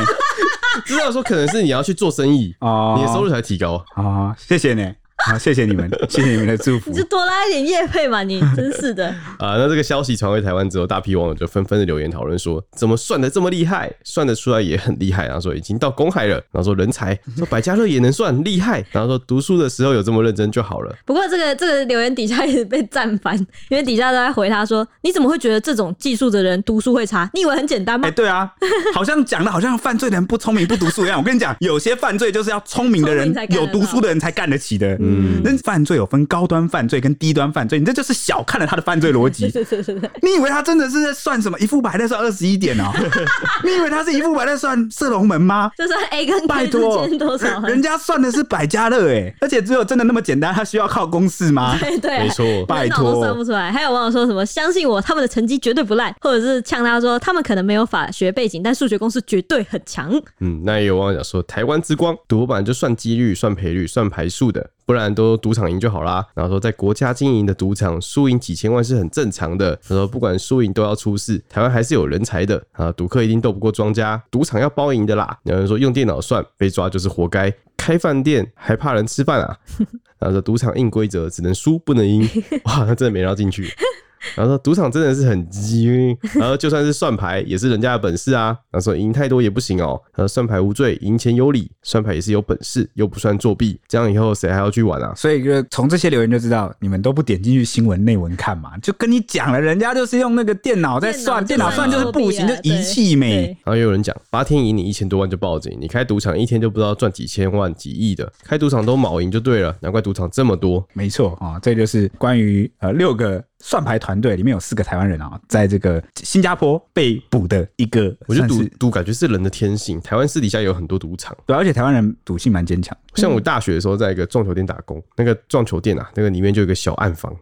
C: 知道说可能是你要去做生意，
A: 哦
C: 你的收入才提高。
A: 啊，谢谢呢。好，谢谢你们，谢谢你们的祝福
B: 你。就多拉一点叶配嘛，你真 是的。
C: 啊、那这个消息传回台湾之后，大批网友就纷纷的留言讨论说，怎么算的这么厉害？算得出来也很厉害。然后说已经到公海了，然后说人才，说百家乐也能算厉害。然后说读书的时候有这么认真就好了。
B: 不过这个这个留言底下也被赞翻，因为底下都在回他说：“你怎么会觉得这种技术的人读书会差？你以为很简单
A: 哎、
B: 吗？”
A: 对啊，好像讲的好像犯罪的人不聪明不读书一样。我跟你讲，有些犯罪就是要聪明的人
B: 聪明才、干
A: 有
B: 得
A: 读书的人才干得起的。嗯，那犯罪有分高端犯罪跟低端犯罪，你这就是小看了他的犯罪逻 辑。
B: 对对对对，
A: 你以为他真的是在算什么一副百在算二十一点哦？ 你以为他是一副百在算射龙门吗？
B: 就是 A 跟
A: 拜
B: K 之
A: 托，
B: 间多少
A: 人？人家算的是百家乐哎，而且只有真的那么简单，他需要靠公式吗？
B: 对对，
C: 没错，
A: 拜
B: 人脑都
A: 托
B: 算不出来。还有网友说什么“相信我，他们的成绩绝对不烂”，或者是呛他说他们可能没有法学背景，但数学公式绝对很强。
C: 嗯，那也有网友讲说，台湾之光赌博本来就算几率、算赔率、算牌数的，不然都赌场赢就好啦。然后说，在国家经营的赌场，输赢几千万是很正常的。他说，不管输赢都要出事，台湾还是有人才的啊，赌客一定斗不过庄家，赌场要包赢的啦。有人说，用电脑算被抓就是活该，开饭店还怕人吃饭啊？然后说，赌场硬规则，只能输不能赢。 哇，那真的没绕进去。然后说赌场真的是很鸡，然后就算是算牌也是人家的本事啊。然后说赢太多也不行哦，然后算牌无罪，赢钱有理，算牌也是有本事，又不算作弊，这样以后谁还要去玩啊？
A: 所以就从这些留言就知道，你们都不点进去新闻内文看嘛，就跟你讲了，人家就是用那个电脑在算，电
B: 电
A: 脑
B: 脑
A: 算就是不行，就
B: 作弊啊
A: 仪器美。
C: 然后又有人讲八天赢你一千多万就报警，你开赌场一天就不知道赚几千万几亿的，开赌场都卯赢就对了，难怪赌场这么多。
A: 没错啊、这就是关于呃六个算牌团队里面有四个台湾人啊、在这个新加坡被捕的一个，
C: 我觉得赌
A: 算是
C: 赌感觉是人的天性，台湾私底下有很多赌场。
A: 对，而且台湾人赌性蛮坚强。
C: 像我大学的时候，在一个撞球店打工，那个撞球店啊，那个里面就有一个小暗 房，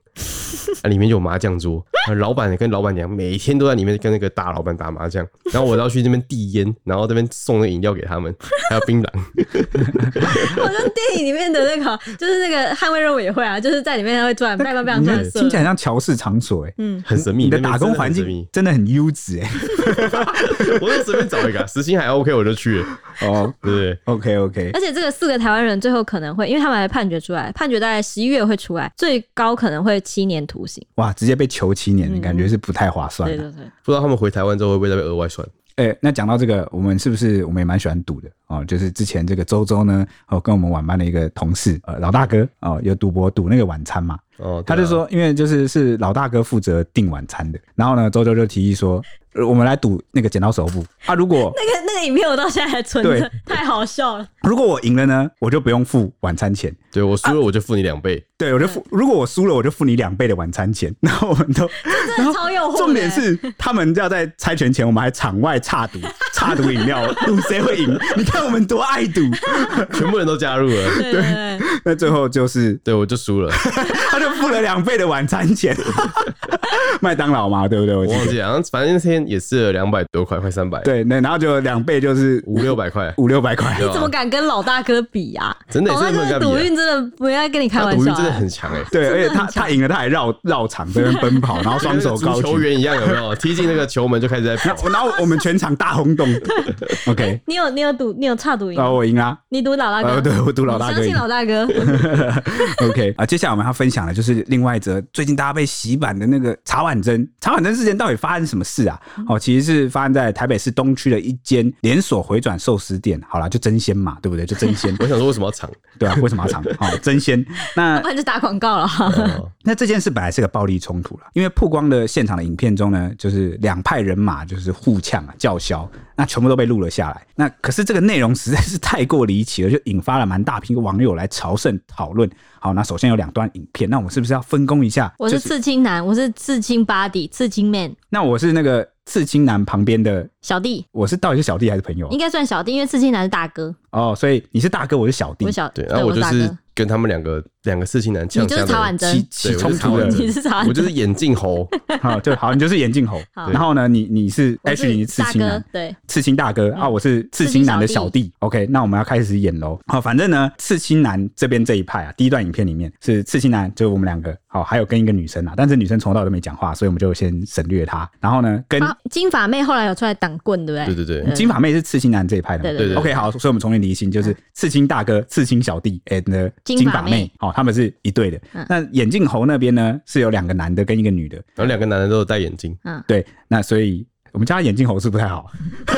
C: 啊，里面就有麻将桌，啊老板跟老板娘每天都在里面跟那个大老板打麻将，然后我要去那边递烟，然后这边送那个饮料给他们，还有槟榔，
B: 好像哦电影里面的那个，就是那个《捍卫任务》也会啊，就是在里面他会突然拜拜拜
A: 你
B: 突然
A: 的
B: 射
A: 听起来像乔氏场所哎、
B: 嗯，
C: 很神秘。
A: 你的
C: 那
A: 打
C: 边
A: 工
C: 真的很
A: 环
C: 神秘
A: 境真的很优质哎。
C: 我就随便找一个啊，时薪还 OK，我就去了，
A: 哦
C: 对不对？
A: ，OK OK，
B: 而且这个四个台湾人最后可能会，因为他们还判决出来，判决大概十一月会出来，最高可能会七年徒刑。
A: 哇，直接被囚七年，
B: 嗯
A: 感觉是不太划算啊
B: 对
A: 的。
B: 对对，
C: 不知道他们回台湾之后会不会再被额外算？
A: 哎、那讲到这个，我们是不是我们也蛮喜欢赌的哦？就是之前这个周周呢，哦，跟我们晚班的一个同事，呃，老大哥哦，有赌博赌那个晚餐嘛，
C: 哦，
A: 他
C: 对啊
A: 就说，因为就是是老大哥负责订晚餐的，然后呢，周周就提议说，呃我们来赌那个剪刀手布啊，如果
B: 那个那个影片我到现在还存
A: 对
B: 着，太好笑了。
A: 如果我赢了呢，我就不用付晚餐钱。
C: 对我输了我就付你两倍，
A: 对，我就付。如果我输了，我就付你两倍的晚餐钱。 然后我们都，然后
B: 超诱惑的
A: 重点是，他们要在猜拳前，我们还场外差赌，差赌饮料， 赌谁会赢。你看我们多爱赌。
C: 全部人都加入了，
B: 对对对，
A: 那最后就是，
C: 对我就输了，
A: 他就付了两倍的晚餐钱， 麦当劳嘛，对不对？我
C: 我
A: 记得
C: 忘记了，好像反正那天也是两百多块，快三百，
A: 对，那然后就两倍就是
C: 五六百块。
A: 五六百块。
C: 对吧啊
B: 怎么敢跟老大哥比啊？
C: 真的
B: 老大
C: 真的
B: 哥
C: 不敢
B: 的
C: 比啊
B: 赌运真的不要跟你开
C: 他
B: 玩
C: 赌运
B: 笑
C: 真的
B: 啊。
C: 很强 哎、
A: 对，而且他他赢了，他还绕绕场这边奔跑，然后双手高
C: 跟足球
A: 举。
C: 员一样，有没有踢进那个球门就开始在
A: 然
C: 跑？，
A: 后然后我们全场大轰动。OK，
B: 你有你有赌，你有差赌赢
A: 然
B: 吗，
A: 啊后我赢啦。
B: 啊你赌老大
A: 呃，
B: 哥，
A: 对我赌老大
B: 你
A: 哥
B: 相
A: 赢
B: 信。老大哥。
A: OK 啊，接下来我们要分享的就是另外一则最近大家被洗版的那个茶碗蒸。茶碗蒸事件到底发生什么事啊？哦，其实是发生在台北市东区的一间连锁回转寿司店。好啦，就真鲜嘛，对不对？就真鲜
C: 我想说为什么要 藏？
A: 对啊，为什么要藏？哦，真鲜。那
B: 不然就打广告了。
C: 哦
A: 那这件事本来是个暴力冲突了，因为曝光的现场的影片中呢，就是两派人马就是互呛啊、叫嚣，那全部都被录了下来。那可是这个内容实在是太过离奇了，就引发了蛮大批网友来朝圣讨论。好，那首先有两段影片，那我们是不是要分工一下？
B: 我是
A: 就是
B: 刺青男，我是刺青 body，刺青 man，
A: 那我是那个刺青男旁边的，
B: 小弟
A: 我是到底是小弟还是朋友
B: 应该算小弟，因为刺青男是大哥，
A: 啊？哦，所以你是大哥，我是小弟
B: 我，小
C: 对，啊然后我
B: 是
C: 就
B: 大
C: 是
B: 哥，
C: 跟他们两个两个刺青男
B: 你
C: 呛
B: 就
C: 呛
B: 是
C: 的
B: 曹婉
C: 人，
A: 起
B: 珍，
A: 起
C: 对
A: 冲突的
C: 我。
B: 你是曹婉
C: 我就
B: 珍，
C: 是眼镜猴，
A: 好，就好，你就是眼镜猴。
B: 好
A: 然后呢，你你是
B: 我
A: H，你是刺
B: 大
A: 青男
C: 啊
B: 哥，，对，
C: 哎
A: 刺青大哥啊，我是刺青男的小弟。OK，那我们要开始演喽。好，反正呢，刺青男这边这一派啊，第一段影片里面是刺青男，就是我们两个，好，还有跟一个女生啊，但是女生从头到尾都没讲话，所以我们就先省略她。然后呢，跟嗯
B: 啊，金发妹后来有出来挡棍，对不
C: 对
B: 对？
C: 对对，
A: 金发妹是刺青男这一派的嘛。
B: 对对
C: 对
A: OK，好，所以我们重新离心，就是刺青大哥、刺青小弟 and
B: 金
A: 金
B: 发
A: 发
B: 妹
A: 妹，哦，他们是一对的
B: 嗯。
A: 那眼镜猴那边呢，是有两个男的跟一个女的，
C: 然后两个男的都有戴眼镜，
B: 嗯，
A: 对，那所以我们家眼镜猴是不太好，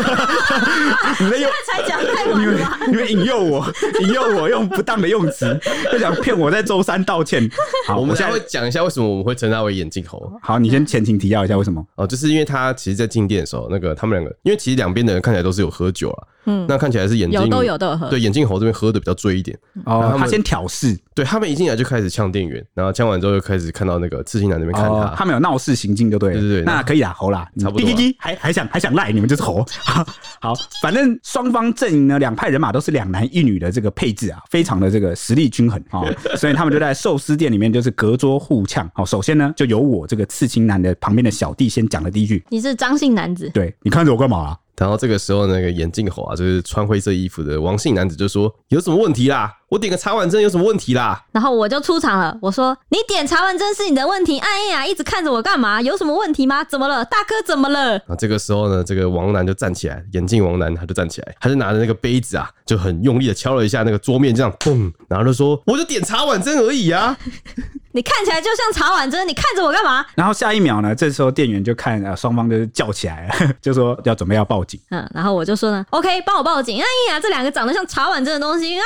A: 你们用。
B: 才讲太
A: 你
B: 晚
A: 们
B: 了吧？
A: 你们引诱我，引诱我用不当的用词，就想骗我在周三道歉。好，
C: 我
A: 我
C: 们
A: 现
C: 现在
A: 在
C: 会讲一下为什么我们会称他为眼镜猴
A: 好，你先前情提要一下为什么？
C: 哦，就是因为他其实，在进店的时候，那个他们两个，因为其实两边的人看起来都是有喝酒啊，
B: 嗯，
C: 那看起来是眼镜
B: 有都有都有喝，
C: 对眼镜猴这边喝的比较醉一点，
A: 哦，
C: 嗯他
A: 他
C: 们
A: 先挑事，
C: 对他们一进来就开始呛店员，然后呛完之后就开始看到那个刺青男那边看他，
A: 哦他们有闹事行径就对了。
C: 对对对
A: 那可以啦，猴啦，
C: 差不多啊
A: 滴滴滴，还还想还想赖，你们就是猴。好，好反正双方阵营呢，两派人马都是两男一女的这个配置啊，非常的这个实力均衡 啊、哦，所以他们就在寿司店里面就是隔桌互呛。好、首先呢，就由我这个刺青男的旁边的小弟先讲了第一句，
B: 你是张姓男子，
A: 对你看着我干嘛、啊？
C: 然后这个时候，那个眼镜猴啊，就是穿灰色衣服的王姓男子就说：“有什么问题啦？我点个茶碗蒸有什么问题啦
B: 然后我就出场了，我说你点茶碗蒸是你的问题，哎呀，一直看着我干嘛？有什么问题吗？怎么了，大哥？怎么了？”？
C: 啊，这个时候呢，这个王男就站起来，眼镜王男他就站起来，他就拿着那个杯子啊，就很用力的敲了一下那个桌面，这样砰，然后就说：“我就点茶碗蒸而已啊。
B: 你看起来就像茶碗蒸，你看着我干嘛？
A: 然后下一秒呢，这时候店员就看呃双方就是叫起来了， 就说要准备要报警。
B: 嗯，然后我就说呢，OK，帮我报警。哎呀，这两个长得像茶碗蒸的东西，哎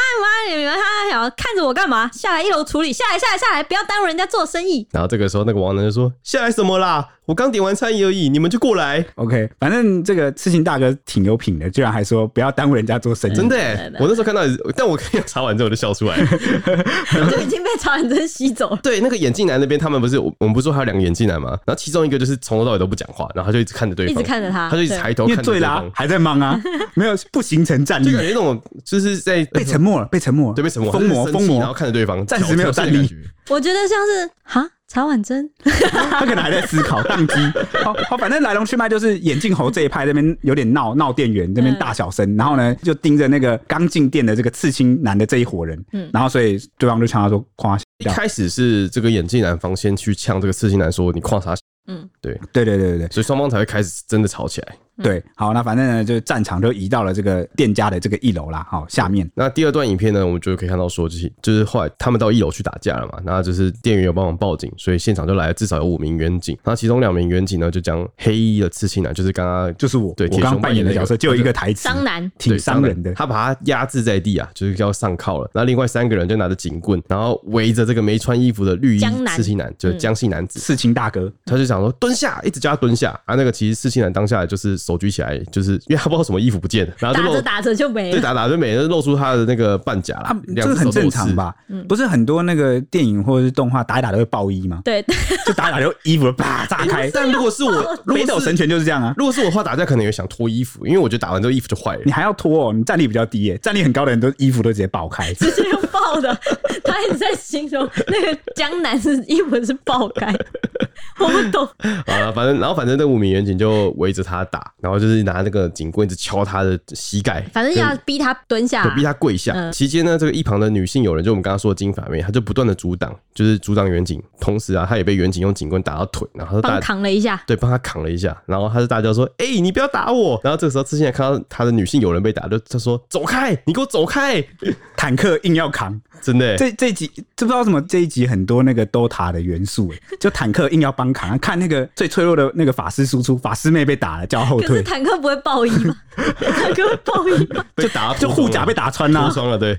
B: 妈，你们他小看着我干嘛？下来一楼处理，下来下来下来，不要耽误人家做生意”。
C: 然后这个时候，那个王男就说：“下来什么啦？我刚点完餐而已，你们就过来。
A: OK，反正这个刺青大哥挺有品的，居然还说不要耽误人家做生意。”
C: 真的、欸，我那时候看到也是，但我看到茶碗蒸我就笑出来了。
B: 我就已经被茶碗蒸吸走了。
C: 对，那个眼镜男那边，他们不是我我们不是说还有两个眼镜男吗？然后其中一个就是从头到尾都不讲话，然后他就一直看着对
B: 一
C: 方，
B: 直看着他，
C: 他就一直
B: 对
C: 抬头
A: 因
C: 看
A: 为
C: 着对
A: 醉啦、
C: 方，
A: 还在忙 啊，没有不形成战力
C: 就，感觉那种就是在
A: 被沉默了，被沉默了，
C: 对被什么
A: 疯魔，疯
C: 然后
A: 魔，
C: 看着对方，
A: 暂时没有
C: 挑衅的
A: 战力
C: 感觉。
B: 我觉得像是哈茶碗蒸，
A: 他可能还在思考，宕 机。好，好，反正来龙去脉就是眼镜猴这一派这边有点闹闹店员，这边
B: 嗯
A: 大小声，然后呢就盯着那个刚进店的这个刺青男的这一伙人，
B: 嗯
A: 然后所以对方就呛他说夸 小
C: 一开始是这个眼镜男方先去呛这个刺青男说你跨啥，
B: 嗯，
A: 对对对对对。
C: 所以双方才会开始真的吵起来。
A: 对，好，那反正呢，就是战场就移到了这个店家的这个一楼啦，好，下面
C: 那第二段影片呢，我们就可以看到说，就是就是后来他们到一楼去打架了嘛，然后就是店员有帮忙报警，所以现场就来了至少有五名远警，然后其中两名远警呢就将黑衣的刺青男，啊就是刚刚
A: 就是我，
C: 对
A: 我
C: 铁
A: 刚
C: 熊
A: 扮演的
C: 扮演那个
A: 角色就有一个台词，
B: 商男，
A: 挺
C: 对
A: 伤人的。
C: 他把他压制在地啊，就是要上铐了。那另外三个人就拿着警棍，然后围着这个没穿衣服的绿衣
B: 江南
C: 刺青男，就是江姓男子，
A: 刺青大哥，
C: 他就想说蹲下，一直叫他蹲下。啊，那个其实刺青男当下就是手举起来，就是因为他不知道什么衣服不见了，然后
B: 打
C: 就
B: 着
C: 露
B: 打着就没
C: 啊对
B: 了。
C: 打打就每人露出他的那个半甲
A: 他啊
C: 啦，
A: 这
C: 两
A: 个
C: 只手
A: 很
C: 都
A: 正
C: 有
A: 常
C: 刺？
A: 吧？不是很多那个电影或者是动画打一打都会爆衣吗？
B: 对，
A: 就打一打就衣服啪炸开。
C: 哎但如果 是我，如
A: 北
C: 果
A: 斗
C: 是
A: 神拳就是这样啊，
C: 如果是我的话，打架可能也想脱衣服，因为我觉得打完之后衣服就坏了
A: 你。还要脱哦，你战力比较低耶，战力很高的人都衣服都直接爆开。
B: 直接用爆的，他一直在形容那个江南是衣服是爆开， 我不懂。
C: 啊，反正然后反正那五名远警就围着他打，然后就是拿那个警棍一直敲他的膝盖，
B: 反正要逼他蹲下
C: 对，，逼他跪下。
B: 嗯
C: 期间呢，这个一旁的女性友人，就我们刚刚说的金发妹，她就不断的阻挡，就是阻挡远景。同时啊，她也被远景用警棍打到腿，然后她
B: 帮
C: 就大
B: 扛了一下。
C: 对帮她扛了一下，然后她就大叫说：“哎、你不要打我！”然后这个时候，之前看到她的女性友人被打，就她说：“走开，你给我走开
A: 坦克硬要扛，！”
C: 真的、欸。
A: 这这一集这不知道为什么这一集很多那个 DOTA 的元素耶，就坦克硬要帮扛。啊看那个最脆弱的那个法师输出，法师妹被打了
C: 哦
A: 叫后
B: 可是
A: 退，
B: 坦克不会爆衣 吗？坦克会爆衣吗？
C: 被打到
A: 就护甲被打穿啦、
C: 脱霜了，啊 对。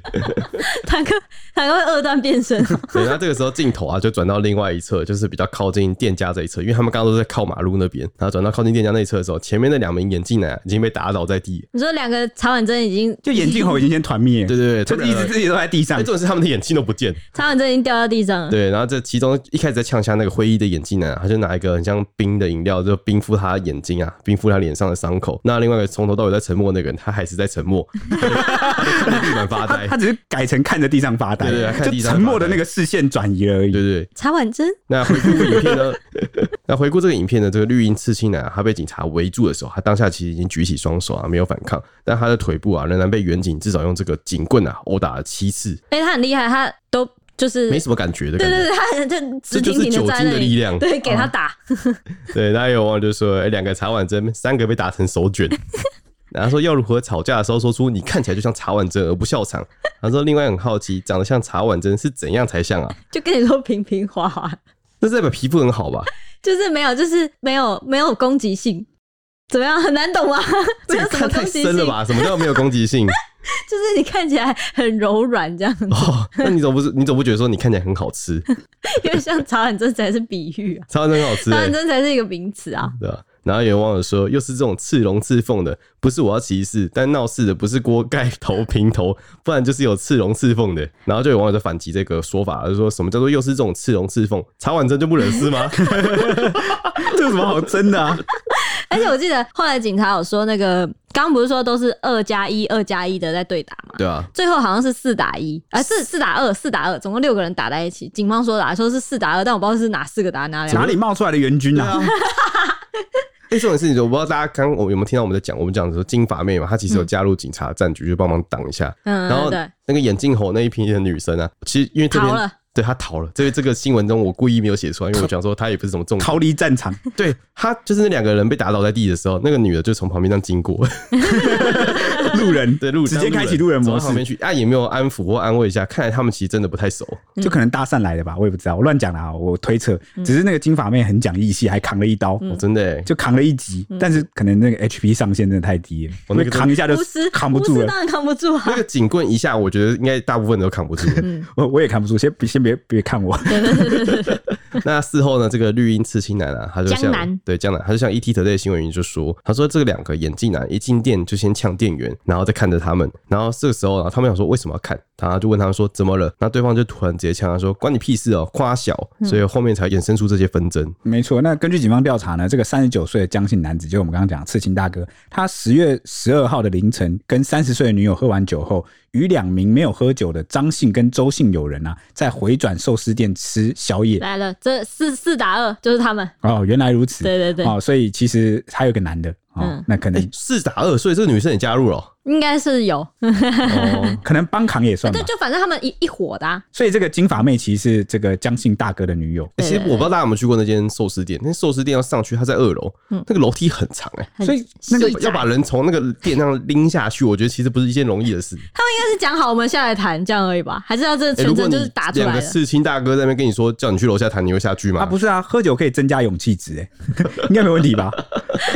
B: 坦克坦克会二段变 身哦，
C: 对，那这个时候镜头啊就转到另外一侧，就是比较靠近店家这一侧，因为他们刚刚都在靠马路那边，然后转到靠近店家那一侧的时候，前面那两名眼镜男已经被打倒在地。
B: 你说两个茶碗蒸已经
A: 就眼镜猴已经先团灭，
C: 对对对，
A: 就
C: 他们
A: 一直自己都在地
C: 哎，
A: 上
C: 重。点是他们的眼镜都不见 了。
B: 茶碗蒸已经掉到地上了。
C: 对，然后这其中一开始在呛下那个灰衣的眼镜啊男，他就拿一个很像冰的饮料，就冰敷他眼睛啊，冰敷他脸上的伤口。那另外一个从头到尾在沉默那个人，他还是在沉 默，他就看着地板发
A: 他
C: 呆
A: 他。只是改成看着地上发呆，
C: 对对对看
A: 就
C: 地上
A: 沉默的
C: 发呆
A: 那个视线转移了而已
C: 对。对，对
B: 茶碗蒸
C: 那回顾影片呢？那回顾这个影片呢，这个绿茵刺青男、啊、他被警察围住的时候，他当下其实已经举起双手啊，没有反抗，但他的腿部啊仍然被远警至少用这个警棍啊殴打了七次，
B: 哎、他很厉害，他都就是
C: 没什么感觉的
B: 对
C: 感觉
B: 对。对，他很就直
C: 这就
B: 挺
C: 是
B: 挺
C: 酒
B: 的在
C: 精
B: 那
C: 的力
B: 里，
C: 量。嗯
B: 对，给他打。
C: 对，那有网友就说，哎、两个茶碗蒸，三个被打成手卷。 然后说要如何吵架的时候说出你看起来就像茶碗蒸而不笑场。他说另外很好奇，长得像茶碗蒸是怎样才像啊？
B: 就跟你说平平滑滑，
C: 那代表皮肤很好吧？
B: 就是没有，就是没有没有攻击性，怎么样？很难懂吗？ 没
C: 这
B: 有
C: 个
B: 什么攻
C: 看太
B: 击性，
C: 深了吧？什么叫没有攻击性？
B: 就是你看起来很柔软这样，
C: 哦， 那你总不是你总不觉得说你看起来很 好吃？
B: 因为像茶碗蒸才是比喻 啊，
C: 茶碗蒸很好吃、
B: 茶碗
C: 欸，
B: 蒸才是一个名词啊。
C: 对吧？然后有人忘了说，又是这种刺龙刺凤的，不是我要歧视，但闹事的不是锅盖头平头， 不然就是有刺龙刺凤的。然后就有网友在反击这个说法，就说什么叫做又是这种刺龙刺凤，茶碗蒸就不忍吃 吗？
A: 这有什么好争的啊？
B: 而且我记得后来警察有说，那个刚刚不是说都是二加一、二加一的在对打吗？
C: 对啊，
B: 最后好像是四打一，啊、呃，四四打二，四打二，总共六个人打在一起。警方说打说是四打二，但我不知道是哪四个打哪两个。
A: 哪里冒出来的援军啊？
C: 哎、这种事情我不知道大家刚我有没有听到我们在讲，我们讲的时候金发妹嘛，她其实有加入警察战局，就帮忙挡一下。
B: 嗯，
C: 然后
B: 对，
C: 那个眼镜猴那一批的女生啊，其实因为这
B: 逃了
C: 边对她逃了，这个这个新闻中我故意没有写出来， 因为我想说她也不是什么重点。
A: 逃离战场，
C: 对她就是那两个人被打倒在地的时候，那个女的就从旁边这样经过，
A: 路人
C: 对路
A: 直接开启路人模
C: 走到旁边
A: 式，
C: 去，啊也没有安抚或安慰一下，看来他们其实真的不太熟。
A: 就可能搭讪来的吧，我也不知道，我乱讲的啊，我推测。
C: 嗯
A: 只是那个金发妹很讲义气，还扛了一刀，
C: 哦、 真的、欸，
A: 就扛了一级，
B: 嗯
A: 但是可能那个 HP 上限真的太低了，
C: 我
A: 我
C: 那
A: 那
C: 个
A: 扛一下就
B: 巫师
A: 扛不住
B: 巫师
A: 了，
B: 当然扛不住
C: 那
B: 啊。
C: 个警棍一下，我觉得应该大部分都扛不住。
A: 我我也扛不住，先别先别别看我，
C: 那事后呢，这个绿茵刺青男啊，他就
B: 江
C: 像
B: 南
C: 对江南，他就像 ET 的新闻云就说，他说这两个眼镜男一进店就先呛店员，然后再看着他们，然后这个时候啊，他们想说为什么要看，他就问他们说怎么了，那对方就突然直接呛他说关你屁事哦，夸小，
B: 嗯
C: 所以后面才衍生出这些纷争。
A: 没错，那根据警方调查呢，这个三十九岁的江姓男子，就是我们刚刚讲的刺青大哥，他十月十二号的凌晨跟三十岁的女友喝完酒后，与两名没有喝酒的张姓跟周姓友人啊，在回转寿司店吃宵夜。
B: 来了，这四四打二就是他们。
A: 哦，原来如此。
B: 对对对
A: 哦，所以其实还有个男的哦，
B: 嗯
A: 那可能、
C: 哎四打二，所以这个女生也加入了哦、
B: 应该是有，
C: 哦。
A: 可能帮扛也算吧
B: 哎 对，。就反正他们一一伙的、啊，
A: 所以这个金发妹其实是这个江姓大哥的女友。
C: 欸其实我不知道大家有没有去过那间寿司店，那寿司店要上去，它在二楼，那个楼梯很长哎、
B: 嗯很
A: 所以那个
B: 细窄
C: 要把人从那个店上拎下去，我觉得其实不是一件容易的事。
B: 他们应该是讲好我们下来谈这样而已吧？还是要
A: 哎
B: 这
C: 欸、
B: 全
C: 如果
B: 程
C: 你
B: 就是打出
C: 两
B: 来
C: 个
B: 的？
C: 刺青大哥在那边跟你说叫你去楼下谈，你会下去吗？
A: 啊，不是啊，喝酒可以增加勇气值，哎， 应该没问题吧？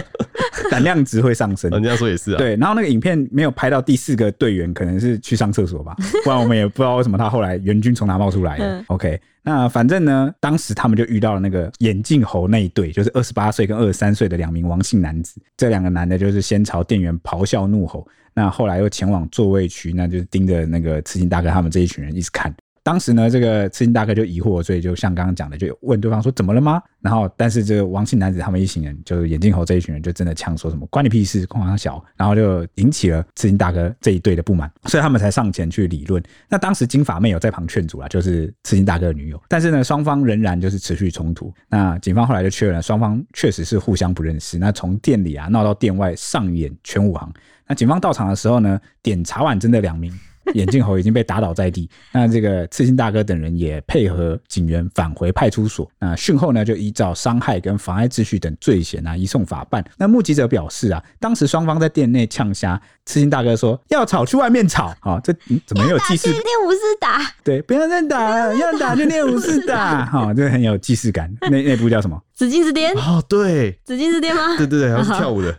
A: 胆量值会上升。
C: 人家说也是啊。，
A: 对，然后那个影片没有拍到第四个队员，可能是去上厕所吧，不然我们也不知道为什么他后来援军从哪冒出来的
B: 嗯。
A: OK，那反正呢，当时他们就遇到了那个眼镜猴那一队，就是二十八岁跟二十三岁的两名王姓男子。这两个男的就是先朝店员咆哮怒吼，那后来又前往座位区，那就是盯着那个刺青大哥他们这一群人一直看。当时呢，这个刺青大哥就疑惑，所以就像刚刚讲的，就问对方说怎么了吗？然后，但是这个王姓男子他们一行人，就是眼镜猴这一群人，就真的呛说什么关你屁事，空行小，然后就引起了刺青大哥这一队的不满，所以他们才上前去理论。那当时金发妹有在旁劝阻啦，就是刺青大哥的女友，但是呢，双方仍然就是持续冲突。那警方后来就确认了，双方确实是互相不认识，那从店里啊闹到店外，上演全武行。那警方到场的时候呢，点茶碗蒸的两名眼镜猴已经被打倒在地。 那这个刺青大哥等人也配合警员返回派出所。那讯后呢，就依照伤害跟妨碍秩序等罪嫌啊，移送法办。那目击者表示啊，当时双方在店内呛虾，刺青大哥说要吵去外面吵。好、这、嗯怎么很有
B: 打
A: 既视
B: 去练武士打
A: 对，不要再打，要打就练武士 打。好、这很有既视感。那那部叫什么？
B: 紫禁之巅，
A: 啊
C: 哦，对，
B: 紫禁之巅吗？
C: 对对对，还是跳 舞的，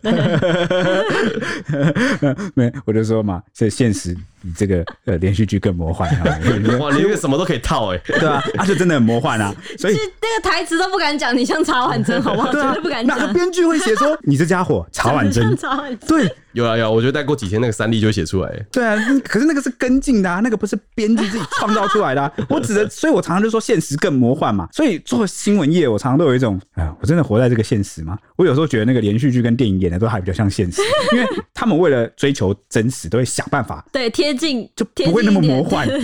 A: 没，我就说嘛，这现实比这个呃连续剧更魔幻 啊。
C: 哇，你那个什么都可以套哎。
A: 对啊，啊，就真的很魔幻啊，所以
B: 就那个台词都不敢讲，你像茶碗蒸好不好？
A: 对
B: 绝
A: 啊
B: 对不，敢
A: 哪个
B: 讲。
A: 编剧会写说你这家伙茶 碗
B: 像
A: 蒸？
B: 茶碗蒸，
A: 对
C: 有啊有啊，我觉得再过几天那个三例就会写出 来欸。
A: 对啊，那可是那个是跟进的啊，那个不是编剧自己创造出来的、啊。我指的，所以我常常就说现实更魔幻嘛。所以做新闻业，我常常都有一种，啊，我真的活在这个现实吗？我有时候觉得那个连续剧跟电影演的都还比较像现实，因为他们为了追求真实，都会想办法
B: 对，贴近
A: 就
B: 贴近
A: 不会那么
B: 一点
A: 魔幻。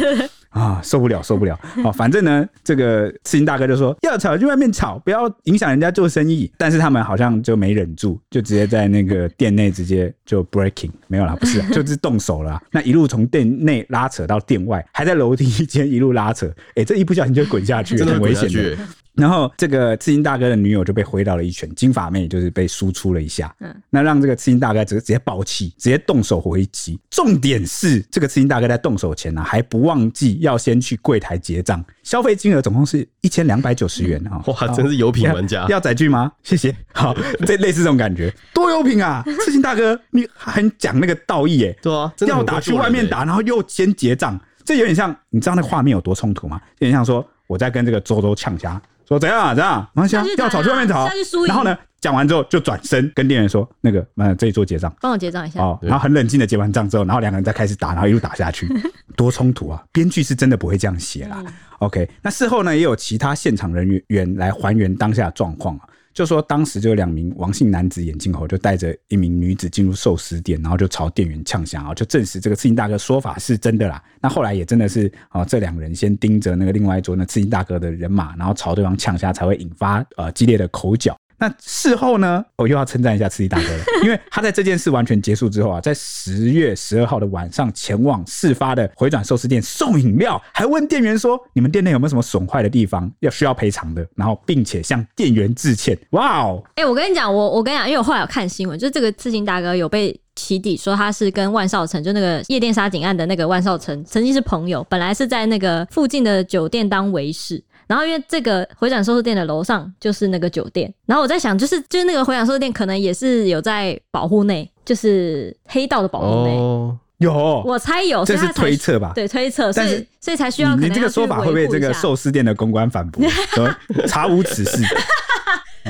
A: 啊，受不了，受不了！哦，反正呢，这个刺青大哥就说要吵就外面吵，不要影响人家做生意。但是他们好像就没忍住，就直接在那个店内直接就 breaking，没有啦，不是啦，就是动手了啦。那一路从店内拉扯到店外， 还在楼梯间一路拉扯，哎、这一不小心就滚下去，
C: 真的
A: 很
C: 很
A: 危
C: 危险
A: 险的。
C: 去。
A: 然后这个刺青大哥的女友就被挥到了一拳，金发妹就是被输出了一下，
B: 嗯
A: 那让这个刺青大哥直直接爆气，直接动手回击。重点是这个刺青大哥在动手前呢、还不忘记要先去柜台结账，消费金额总共是一千两百九十元啊、哦！
C: 哇，真是有品
A: 要
C: 玩家，
A: 要载具吗？谢谢。好，这类似这种感觉，多有品啊！刺青大哥，你很讲那个道义耶、
C: 对啊，真的
A: 要
C: 很会
A: 打去
C: 做人
A: 外面
C: 欸，
A: 打，然后又先结账，这有点像，你知道那画面有多冲突吗？有点像说我在跟这个周周呛虾，说怎样啊怎样啊，然后
B: 下去打
A: 要
B: 啊
A: 吵去外面吵
B: 下去输，赢
A: 然后呢讲完之后就转身跟店员说那个嗯这里做结账。
B: 帮我结账一下。
A: 哦，
C: 对
A: 然后很冷静的结完账之后，然后两个人再开始打，然后一路打下去，多冲突啊！编剧是真的不会这样写
B: 嗯
A: 啦。OK，那事后呢也有其他现场人员来还原当下的状况啊，就说当时就有两名王姓男子眼镜猴就带着一名女子进入寿司店，然后就朝店员呛下啊，就证实这个刺青大哥说法是真的啦。那后来也真的是啊、这两人先盯着那个另外一桌那刺青大哥的人马，然后朝对方呛下，才会引发呃激烈的口角。那事后呢，我又要称赞一下刺激大哥了，因为他在这件事完全结束之后啊，在十月十二号的晚上前往事发的回转寿司店送饮料，还问店员说你们店内有没有什么损坏的地方要需要赔偿的，然后并且向店员致歉。哇哦，
B: 哎、我跟你讲，我我跟你讲，因为我后来有看新闻，就是这个刺青大哥有被起底说他是跟万少成，就那个夜店杀警案的那个万少成，曾经是朋友，本来是在那个附近的酒店当维士。然后因为这个回转寿司店的楼上就是那个酒店，然后我在想，就是就是那个回转寿司店可能也是有在保护内，就是黑道的
A: 欸
B: 保护内，
C: 哦，
A: 有，
B: 我猜有，
A: 这
B: 所以
A: 是
B: 他才
A: 推测吧？
B: 对推测，所
A: 但是
B: 以所以才需要可
A: 你
B: 能
A: 你这个
B: 要去
A: 说法会
B: 维
A: 被
B: 护
A: 这
B: 一
A: 个
B: 下
A: 寿司店的公关反 驳，说查无此事。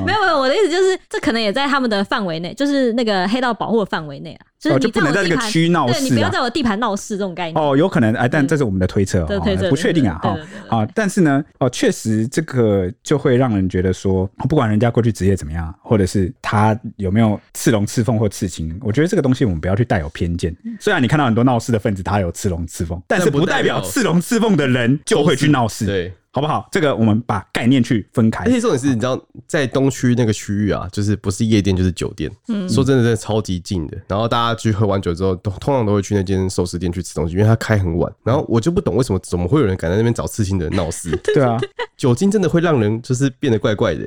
B: 没有没有，我的意思就是，这可能也在他们的范围内，就是那个黑道保护的范围内啊， 就是
A: 哦
B: 你
A: 就不能
B: 我
A: 在这个
B: 地盘
A: 区闹
B: 对你
A: 事
B: 不要
A: 啊
B: 在我地盘闹事这种概念。
A: 哦，有可能哎，但这是我们的推测哦
B: 嗯对推，测
A: 不确定啊
B: 对
A: 哈
B: 对对对对
A: 啊，但是呢，哦，确实这个就会让人觉得说，哦不管人家过去职业怎么样，或者是他有没有刺龙刺凤或刺青，我觉得这个东西我们不要去带有偏见。
B: 嗯
A: 虽然你看到很多闹事的分子他有刺龙刺凤，但是
C: 不
A: 不
C: 代
A: 代
C: 表
A: 表刺龙刺凤的人就会去闹事，
C: 对。
A: 好不好？这个我们把概念去分开
C: 而。且重点是，你知道，在东区那个区域啊，就是不是夜店就是酒店，
B: 嗯
C: 说真的，真的超级近的。然后大家去喝完酒之后，都通常都会去那间寿司店去吃东西，因为它开很晚。然后我就不懂为什么怎么会有人敢在那边找刺青的人闹事？
A: 对啊，
C: 酒精真的会让人就是变得怪怪的、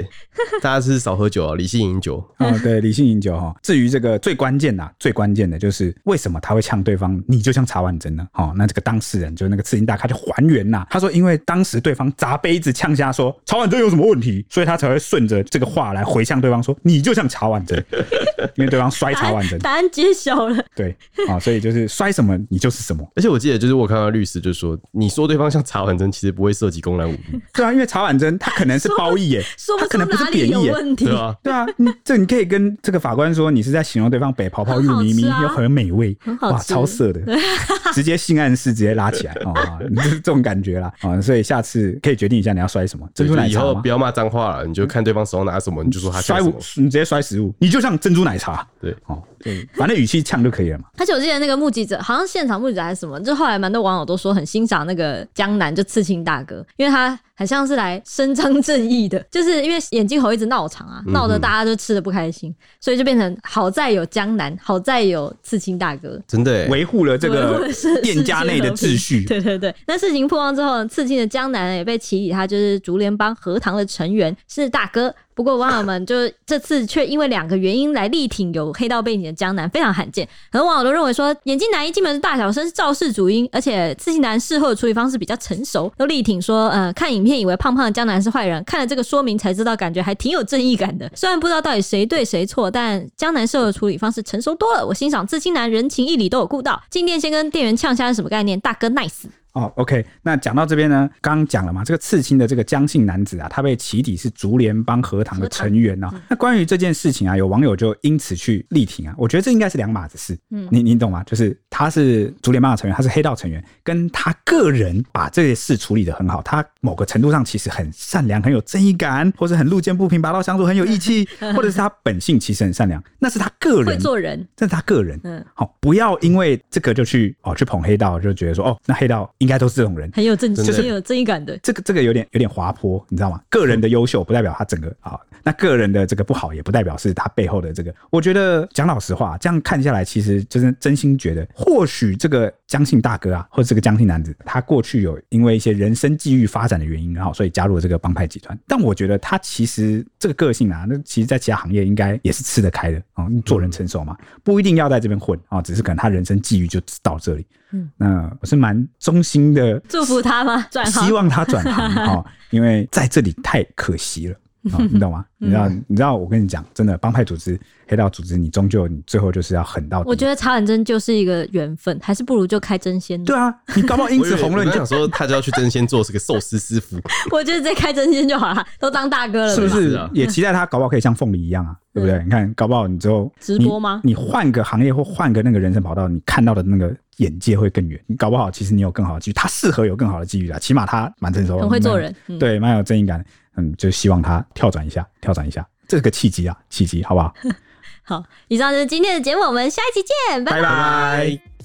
C: 大家是少喝酒啊，理性饮酒。
A: 啊、对，理性饮酒哈。至于这个最关键的、啊最关键的就是为什么他会呛对方，你就像查婉珍呢？好、那这个当事人就是那个刺青大咖就还原啦、他说，因为当时对方砸杯子呛下说查婉珍有什么问题，所以他才会顺着这个话来回向对方说你就像查婉珍， 因为对方摔
B: 答
A: 查婉
B: 案
A: 珍，
B: 答案揭晓了，
A: 对啊、所以就是摔什么你就是什么。
C: 而且我记得，就是我看到律师就说，你说对方像查婉珍，其实不会涉及公然忤逆，
A: 对啊，因为查婉珍她可能是褒义耶，
B: 说
A: 她
B: 不
A: 可
B: 出
A: 能不是
B: 哪
A: 贬
B: 里有
A: 义耶。
B: 问题
C: 对。啊，
A: 对啊，你这你可以跟这个法官说，你是在形容对方北泡泡玉米米
B: 很好吃啊
A: 又很美味，
B: 很好
A: 哇，
B: 吃
A: 超色 的，直接性暗示直接拉起来哦啊，就是这种感觉啦啊、所以下次可以决定一下你要摔什么，珍珠
C: 就
A: 奶
C: 以
A: 茶
C: 后
A: 吗嗯
C: 不？要骂脏话了，你就看对方手上拿什么，你就说他像
A: 摔
C: 什
A: 物
C: 么。，
A: 你直接摔食物，你就像珍珠奶茶，
C: 对
A: 哦，对，反正语气呛就可以了嘛。
B: 而且我记得那个目击者，好像现场目击者还是什么，就后来蛮多网友都说很欣赏那个江南就刺青大哥，因为他很像是来伸张正义的， 就是因为眼镜猴一直闹场
A: 嗯
B: 啊，闹得大家就吃的不开心，所以就变成好在有江南，好在有刺青大哥，
C: 真的、欸，
A: 维护了这
B: 维护
A: 个
B: 的是
A: 店家内的秩序，
B: 对对对，那事情曝光之后，刺青的江南也被起底，他就是竹联帮荷塘的成员，是大哥。不过网友们就这次却因为两个原因来力挺有黑道背景的江南，非常罕见。很多网友都认为说，眼镜男一进门的大小声是肇事主因，而且刺青男事后的处理方式比较成熟，都力挺说，呃，看影片以为胖胖的江南是坏人，看了这个说明才知道，感觉还挺有正义感的。虽然不知道到底谁对谁错，但江南事后的处理方式成熟多了。我欣赏刺青男人情义理都有顾到。进店先跟店员呛虾是什么概念？大哥 nice。
A: 哦，OK，那讲到这边呢，刚刚讲了嘛，这个刺青的这个江姓男子啊，他被起底是竹联帮荷塘的成员啊。那关于这件事情啊，有网友就因此去力挺啊，我觉得这应该是两码子事。嗯，你你懂吗？就是他是竹联帮的成员，他是黑道成员，跟他个人把这些事处理的很好，他某个程度上其实很善良，很有正义感，或者很路见不平拔刀相助，很有义 气，或者是他本性其实很善良，那是他个
B: 会
A: 人
B: 做人，
A: 这是他个人，
B: 嗯
A: 好、不要因为这个就去哦去捧黑道，就觉得说哦，那黑道应应该都是这种人。
B: 很有正
C: 真的
B: 很有正义感的。
A: 这个这个有点有点滑坡，你知道吗？个人的优秀不代表他整个啊，那个人的这个不好也不代表是他背后的这个。我觉得讲老实话，这样看下来，其实就是真心觉得，或许这个江信大哥啊，或者这个江信男子，他过去有因为一些人生际遇发展的原因，然后所以加入了这个帮派集团。但我觉得他其实这个个性啊，那其实在其他行业应该也是吃得开的啊、哦做人成熟嘛，不一定要在这边混啊、哦只是可能他人生际遇就到这里。
B: 嗯，
A: 那我是蛮衷心的
B: 祝福他吗？转行
A: 希望他转行 哈、哦，因为在这里太可惜了。哦、你懂吗？
B: 嗯
A: 你知道，你知道，我跟你讲，真的，帮派组织、黑道组织，你终究你最后就是要狠到底。
B: 我觉得茶碗蒸就是一个缘分，还是不如就开真鲜
A: 对
B: 的。
A: 啊，你搞不好因
C: 我以
A: 此
C: 为
A: 红了，
C: 我
A: 你
C: 刚
A: 就
C: 想说他就要去争先做是个寿司师傅，
B: 我觉得直接开真鲜就好了，都当大哥了，
A: 是不
B: 对吧？
A: 是
C: 啊
A: 也期待他搞不好可以像凤梨一样啊？对不对？你看，搞不好你之后
B: 嗯直播吗
A: 你你换个行业或换个那个人生跑道，你看到的那个眼界会更远。你搞不好其实你有更好的机遇，他适合有更好的机遇啊。起码他蛮成熟的，
B: 很会做
A: 蛮
B: 人嗯
A: 对，蛮有正义感。嗯，就希望他跳转一下，跳转一下，这是个契机啊，契机，好不好？
B: 好，以上就是今天的节目，我们下一期见，
A: 拜
B: 拜拜。
A: 拜。